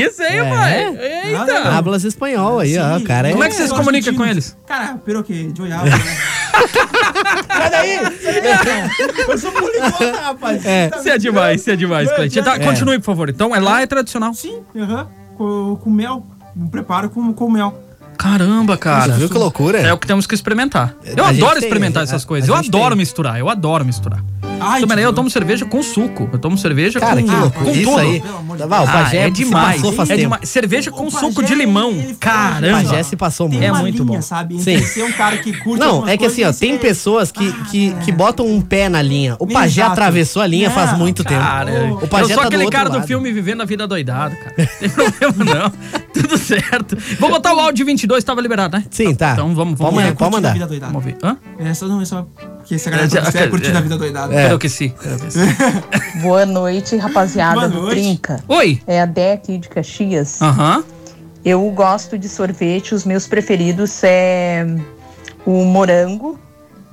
S4: isso, hein,
S5: É.
S4: pai? Eita!
S6: Ah,
S5: Hablas espanhol aí, ó.
S6: Sim.
S5: O cara é.
S4: Como é que você se comunica com eles?
S6: Cara, peroque, de né? olhar. Sai daí! Sai daí! Eu sou poliglota, rapaz.
S5: É.
S6: Tá
S4: Você é
S6: me
S4: demais, você é demais,
S6: Meu
S4: Cleitinho. Tá,
S6: Deus.
S4: Continue, por favor. Então, é lá, é tradicional.
S6: Sim, aham. Com, com mel. Um preparo com, com mel.
S4: Caramba, cara.
S5: Já viu que loucura?
S4: É o que temos que experimentar. Eu
S5: A gente
S4: adoro
S5: tem,
S4: experimentar
S5: a-
S4: essas
S5: a
S4: coisas. Eu
S5: gente
S4: adoro
S5: tem.
S4: misturar, eu adoro misturar.
S6: Ai,
S4: Também eu
S6: que-
S4: tomo cerveja com suco. Eu tomo cerveja
S5: Cara,
S4: com,
S5: que loucura.
S4: Ah, com
S5: Isso
S4: tudo.
S5: aí.
S6: Pelo amor de
S5: Vai, o
S4: Ah,
S5: pajé
S4: é
S5: se
S4: demais.
S5: passou faz
S4: É
S5: tempo.
S4: demais. Cerveja com
S6: O
S4: suco
S6: pajé, é
S4: de limão.
S6: ele faz- assim,
S4: Caramba.
S5: O pajé se passou
S6: Tem
S5: muito.
S6: uma
S4: É muito
S6: linha,
S4: bom.
S6: sabe?
S5: Sim.
S6: Entre ser um cara que curte
S5: Não,
S6: algumas
S5: é que assim, ó,
S6: coisas e
S5: tem
S6: ser-
S5: pessoas que,
S4: Ah,
S5: que,
S4: é.
S5: que botam um pé na linha. O pajé
S6: Exato.
S5: atravessou a linha
S6: Não,
S5: faz muito
S4: Cara,
S5: tempo. O pajé
S4: eu sou
S5: tá
S4: aquele
S5: do outro
S4: cara
S5: lado.
S4: do filme Vivendo a Vida Doidado, cara. Não tem problema, não. Tudo certo. Vou botar o áudio 22, tava liberado, né?
S5: Sim, tá.
S4: Então vamos,
S5: Pode
S4: vamos,
S5: mandar,
S6: É,
S5: pode
S6: curtindo a
S5: mandar.
S6: vida doidada.
S4: vamos ver. Hã?
S6: É só não é só que essa galera
S4: É, já-
S6: tá é, curtindo
S4: é.
S6: a vida doidada.
S4: É. Peroqueci. Peroqueci.
S12: Boa noite, rapaziada
S6: Boa
S12: do
S6: noite.
S12: Trinca.
S4: Oi.
S12: É a Dé aqui de Caxias.
S4: Aham.
S12: Eu gosto de sorvete, os meus preferidos é o morango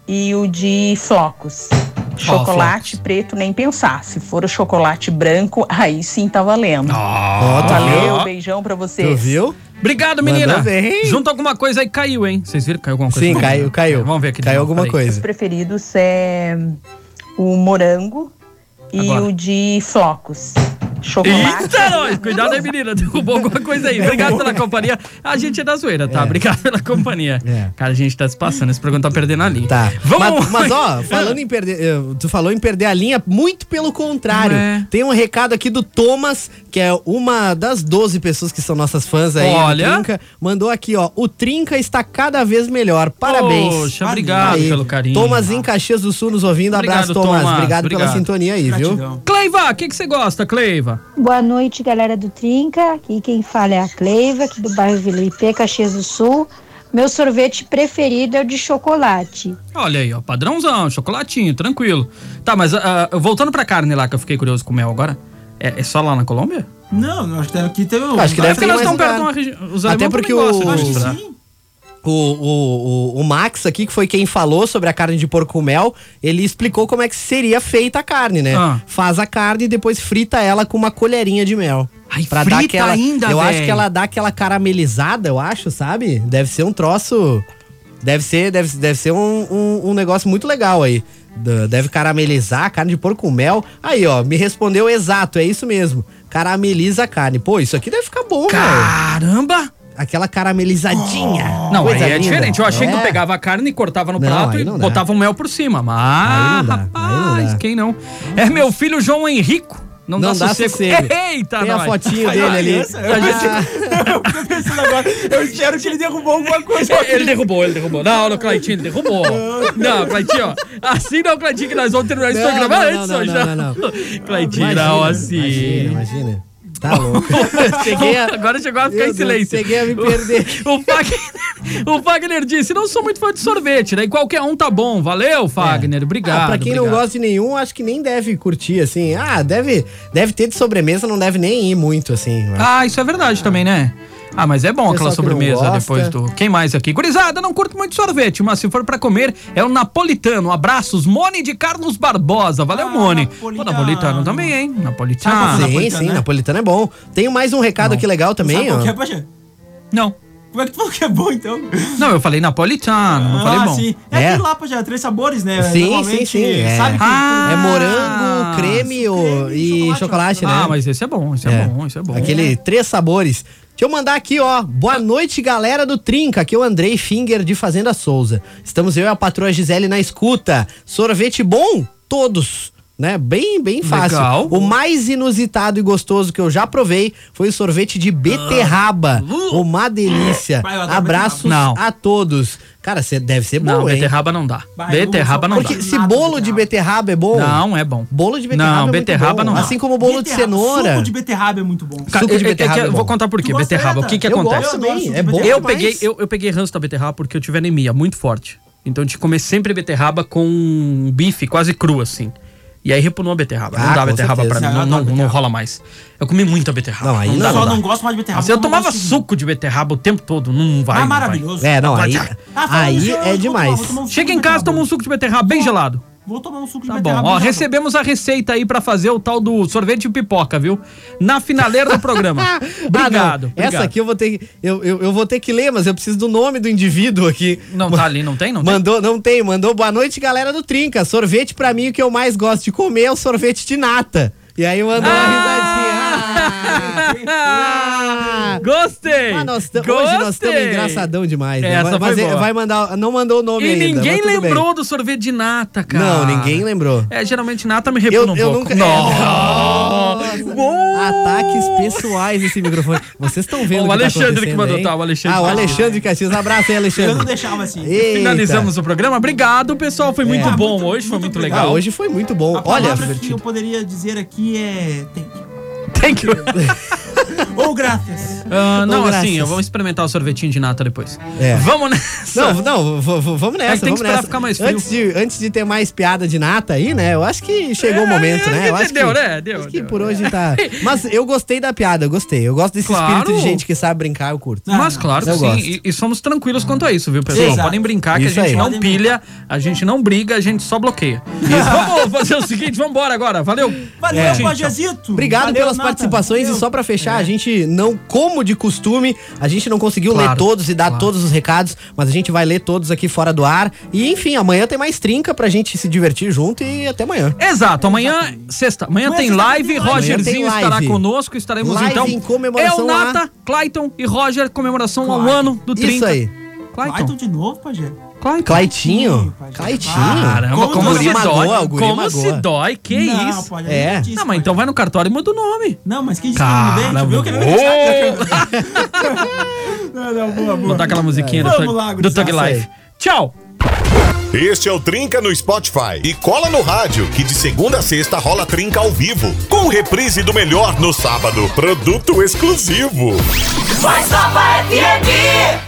S12: e o de flocos. Chocolate preto, nem pensar. Se for o chocolate branco, aí sim tá valendo.
S5: Ó, tu
S12: Valeu,
S5: viu?
S12: beijão pra
S5: Tu
S12: vocês.
S5: viu?
S4: Obrigado,
S5: Mandou
S4: menina.
S5: bem.
S4: Junta alguma coisa aí, caiu, hein? Vocês viram que caiu alguma coisa?
S5: Sim,
S4: Vamos ver.
S5: caiu, caiu.
S4: Vamos ver aqui. de
S5: Caiu
S4: novo,
S5: alguma
S4: peraí.
S12: Meus
S5: coisa.
S12: preferidos é o morango e
S4: Agora.
S12: o de flocos. Chocolate.
S4: Eita, nós! Cuidado aí, menina. Derrubou alguma coisa aí. Obrigado pela companhia. A gente é da zoeira, tá? Obrigado pela companhia. Cara, a gente tá se passando. Esse programa tá perdendo a linha. Tá. Vamos!
S5: Mas, É. mas, ó, falando em perder. eh, Tu falou em perder a linha, muito pelo contrário.
S4: É.
S5: Tem um recado aqui do Thomas, que é uma das 12 pessoas que são nossas fãs aí. do
S4: Olha.
S5: Trinca. Mandou aqui, ó. O Trinca está cada vez melhor. Parabéns.
S4: Poxa, obrigado pelo carinho.
S5: Thomas em Caxias do Sul nos ouvindo. Abraço,
S4: Obrigado,
S5: Thomas.
S4: Thomas.
S5: Obrigado, pela
S4: Obrigado.
S5: sintonia aí, viu?
S4: Cleiva, o que que você gosta, Cleiva?
S13: Boa noite, galera do Trinca. Aqui quem fala é a Cleiva, aqui do bairro Vila IP, Caxias do Sul. Meu sorvete preferido é o de chocolate.
S4: Olha aí, ó. Padrãozão, chocolatinho, tranquilo. Tá, mas ah, ah, voltando pra carne lá, que eu fiquei curioso com o mel agora. É, é só lá na Colômbia?
S6: Não, não, acho que aqui teve um.
S5: Acho que deve
S4: porque
S5: ter
S4: nós
S5: mais
S4: estamos perto
S5: lugar.
S4: de uma região. Os
S5: Até
S4: alemães
S5: porque
S4: também
S5: o,
S4: gostam né? de misturar.
S5: o, o, o, o Max aqui, que foi quem falou sobre a carne de porco com mel, ele explicou como é que seria feita a carne, né?
S4: Ah.
S5: Faz a carne e depois frita ela com uma colherinha de mel.
S4: Ai,
S5: pra
S4: frita
S5: dar aquela,
S4: ainda,
S5: Eu acho
S4: véi.
S5: que ela dá aquela caramelizada, eu acho, sabe? Deve ser um troço... Deve ser, deve, deve ser um, um, um negócio muito legal aí. Da- Deve caramelizar a carne de porco com mel. Aí, ó, me respondeu exato, é isso mesmo. Carameliza a carne. Pô, isso aqui deve ficar bom, cara.
S4: Caramba!
S5: Aquela caramelizadinha.
S4: Não,
S5: Coisa
S4: aí é
S5: linda.
S4: diferente. Eu achei que
S5: É.
S4: tu pegava a carne e cortava no
S5: Não,
S4: prato
S5: aí
S4: e
S5: não dá.
S4: botava o mel por cima. Mas,
S5: Aí não dá, aí não
S4: rapaz,
S5: dá.
S4: quem não? É meu filho João Henrico. Não,
S5: Não
S4: dá,
S5: dá
S4: sossego.
S5: sossego.
S4: Eita,
S5: Tem a
S4: nós. é
S5: fotinho dele ali.
S4: Essa, eu pensei-
S6: pensando agora, eu espero que ele derrubou alguma coisa.
S4: Ele derrubou, ele derrubou. Não, não, Claitinho, ele derrubou. Não, Claitinho, ó. Assim não, Claitinho, que nós vamos terminar esse
S5: Não,
S4: programa
S5: não,
S4: antes
S5: não,
S4: hoje.
S5: não, não,
S4: Claitinho,
S5: Imagina,
S4: não, assim.
S5: Imagina. Tá louco. Cheguei a-
S4: Agora chegou a ficar
S5: Meu
S4: em
S5: Deus,
S4: silêncio.
S5: cheguei a me perder.
S4: O, o Fagner, o Fagner disse: não sou muito fã de sorvete, né? E qualquer um tá bom. Valeu, Fagner. Obrigado.
S5: Ah, pra quem não
S4: obrigado.
S5: gosta de nenhum, acho que nem deve curtir, assim. Ah, deve, deve ter de sobremesa, não deve nem ir muito, assim.
S4: Ah, isso é verdade também, né? Ah, mas é bom aquela
S5: Pessoal que não
S4: sobremesa
S5: gosta.
S4: depois do. Quem mais aqui? Gurizada, não curto muito sorvete, mas se for pra comer, é o napolitano. Abraços, Mone de Carlos Barbosa. Valeu, Mone. Pô, napolitano também, hein? Napolitano.
S5: Ah, sim, sim,
S4: né?
S5: napolitano é bom. Tem mais um recado aqui legal também, ó.
S6: Sabe qual que é, Pajé?
S4: Não.
S6: Como é que tu falou que é bom, então?
S4: Não, eu falei napolitano, não
S5: Ah,
S4: falei bom. Ah,
S6: sim. É, aquele lá, Pajé, três sabores, né?
S5: Sim, sim,
S6: Normalmente,
S5: sim. É,
S6: Sabe que...
S5: é morango, creme, ô, e chocolate, né?
S4: Ah, mas esse é bom, esse é,
S5: É.
S4: bom, esse é bom.
S5: Aquele três sabores. Deixa eu mandar aqui, ó. Boa noite, galera do Trinca. Aqui é o Andrei Finger de Fazenda Souza. Estamos eu e a patroa Gisele na escuta. Sorvete bom? Todos. Né? Bem, bem fácil.
S4: Legal.
S5: O mais inusitado e gostoso que eu já provei foi o sorvete de beterraba. Uma delícia.
S4: Vai, Ah. Uh. eu adoro
S5: Abraços
S4: beterraba. Não.
S5: a todos. Cara, cê- deve ser bom,
S4: Não,
S5: hein?
S4: beterraba não dá. Beterraba não dá.
S5: Porque se bolo de beterraba é bom...
S4: Não, é bom.
S5: Bolo de beterraba é
S4: Não,
S5: muito
S4: beterraba
S5: bom.
S4: não dá.
S5: Assim como bolo de
S6: Beterraba,
S5: cenoura.
S6: Suco de beterraba é muito bom.
S4: Ca-
S5: Suco de
S4: eu- eu-
S5: beterraba
S4: eu-
S5: é
S4: vou
S5: bom.
S4: contar por quê.
S6: Tu gosta,
S4: Beterraba, o que que
S5: Eu gosto
S4: acontece?
S5: também,
S6: Eu adoro suco
S5: é
S6: de
S5: bom
S4: Eu
S5: demais.
S4: peguei, eu, eu peguei ranço da beterraba porque eu tive anemia muito forte. Então eu tinha que comer sempre beterraba com bife quase cru, assim. E aí repunou a beterraba.
S5: Ah,
S4: não dá
S5: com
S4: beterraba
S5: certeza.
S4: pra mim,
S5: Ah,
S4: não,
S5: eu
S4: não, não rola mais. Eu comi muita beterraba.
S5: Não, aí
S6: Eu
S5: não
S6: só
S5: dá.
S6: não gosto mais de beterraba.
S4: Mas eu
S6: como
S4: tomava
S6: gosto de-
S4: suco de beterraba o tempo todo, não vai.
S6: Ah,
S4: não vai.
S6: maravilhoso.
S5: É, não, aí,
S6: Ah, falando
S5: aí
S6: nisso, eu vou
S5: é
S6: tomar,
S5: demais.
S6: vou tomar um suco
S4: Chega
S6: de
S4: em casa,
S6: beterraba.
S4: toma um suco de beterraba bem gelado.
S6: Vou tomar um suco de
S4: Tá bom,
S6: beterraba.
S4: ó,
S6: bem gelado.
S4: recebemos a receita aí pra fazer o tal do sorvete de pipoca, viu? Na finaleira do programa.
S5: Ah, não.
S4: Obrigado.
S5: Essa aqui eu vou ter que. Eu, eu, eu vou ter que ler, mas eu preciso do nome do indivíduo aqui.
S4: Não tá ali, não tem? Não tem?
S5: Mandou, não tem, mandou boa noite, galera do Trinca. Sorvete pra mim, o que eu mais gosto de comer é o sorvete de nata. E aí mandou uma
S4: Ah!
S5: risadinha. Ah!
S4: Gostei!
S5: Ah, nós tam- hoje nós estamos engraçadão demais. né?
S4: Essa
S5: Mas
S4: foi
S5: é-
S4: boa.
S5: vai mandar, não mandou o nome
S4: E
S5: ainda. mas
S4: ninguém
S5: tudo bem.
S4: lembrou do sorvete de nata, cara.
S5: Não, ninguém lembrou.
S4: É, geralmente nata me repula
S5: Eu-
S4: um
S5: eu
S4: pouco.
S5: nunca- É,
S4: Nossa!
S5: Ataques pessoais esse microfone. Vocês estão
S4: Ó,
S5: vendo
S4: o
S5: o que tá
S4: Alexandre que
S5: acontecendo,
S4: mandou,
S5: hein?
S4: tá, o Alexandre
S5: Ah, o
S4: Caxias.
S5: Alexandre de Caxias. Abraço aí, Alexandre.
S6: Eu não deixava assim.
S5: Eita.
S4: Finalizamos o programa. Obrigado, pessoal.
S5: É.
S4: Foi muito bom hoje, foi muito
S5: Ah,
S4: legal. é
S5: hoje foi muito bom.
S6: A
S5: Olha,
S6: palavra que eu poderia dizer aqui é... Thank you.
S4: Thank you.
S6: Ou graças.
S5: É.
S4: Ah, não,
S5: Ô, graças.
S4: assim, eu vou experimentar o sorvetinho de nata depois.
S5: É.
S4: Vamos nessa.
S5: Não, não, v- v- vamos nessa.
S4: É que tem que
S5: vamos
S4: esperar
S5: nessa.
S4: ficar mais frio.
S5: Antes de, antes de ter mais piada de nata aí, né? Eu acho que chegou o momento, né? Eu acho
S4: deu,
S5: que,
S4: É, né? Deu,
S5: acho que
S4: deu,
S5: por
S4: deu.
S5: hoje tá. Mas eu gostei da piada, eu gostei. Eu gosto desse
S4: Claro.
S5: espírito de gente que sabe brincar, eu curto.
S4: Mas claro que
S5: Ah, eu
S4: sim,
S5: gosto.
S4: e, e somos tranquilos quanto a isso, viu, pessoal?
S5: Exato.
S4: Podem brincar que
S5: Isso
S4: a gente
S5: aí.
S4: não
S5: Podem
S4: pilha, a gente não briga, a gente só bloqueia. Vamos fazer o seguinte, vamos embora agora, valeu?
S6: Valeu,
S4: Tchau.
S6: Pajezito.
S5: Obrigado
S6: Valeu,
S5: pelas
S4: É.
S6: Nata.
S5: participações e só pra fechar, a gente gente não, como de costume, a gente não conseguiu
S4: Claro,
S5: ler todos e dar
S4: claro.
S5: todos os recados, mas a gente vai ler todos aqui fora do ar. E enfim, amanhã tem mais trinca pra gente se divertir junto e até amanhã.
S4: Exato, amanhã, sexta, amanhã
S5: Amanhã
S4: tem
S5: sexta
S4: live,
S5: tem live.
S4: Rogerzinho
S5: Amanhã tem
S4: estará
S5: live.
S4: conosco, estaremos
S5: Live
S4: então.
S5: em comemoração
S4: eu, Nata, Clayton e Roger, comemoração ao ano do 30.
S5: Isso aí.
S4: Clayton.
S6: Clayton de novo, Pajé?
S4: Clayton.
S5: Claitinho? Claitinho?
S4: Caramba, como,
S5: Guri
S4: se
S5: magoa,
S4: dói,
S5: o guri
S4: como
S5: magoa.
S4: se dói, que
S6: Não,
S4: isso?
S6: pode, É. não diz,
S4: Não, mas então vai no cartório e muda o nome.
S6: Não, mas quem disse que eu
S4: Caramba.
S6: mudei? Tu viu que ele me Não, não, boa, boa.
S4: Botar aquela musiquinha do,
S6: Vamos
S4: Thug-
S6: lá,
S4: do
S5: Tá
S4: Thug
S6: gurizada.
S4: Life. Tchau!
S1: Este é o Trinca no Spotify. E cola no rádio, que de segunda a sexta rola Trinca ao vivo. Com reprise do melhor no sábado. Produto exclusivo.
S8: Mais Nova FM.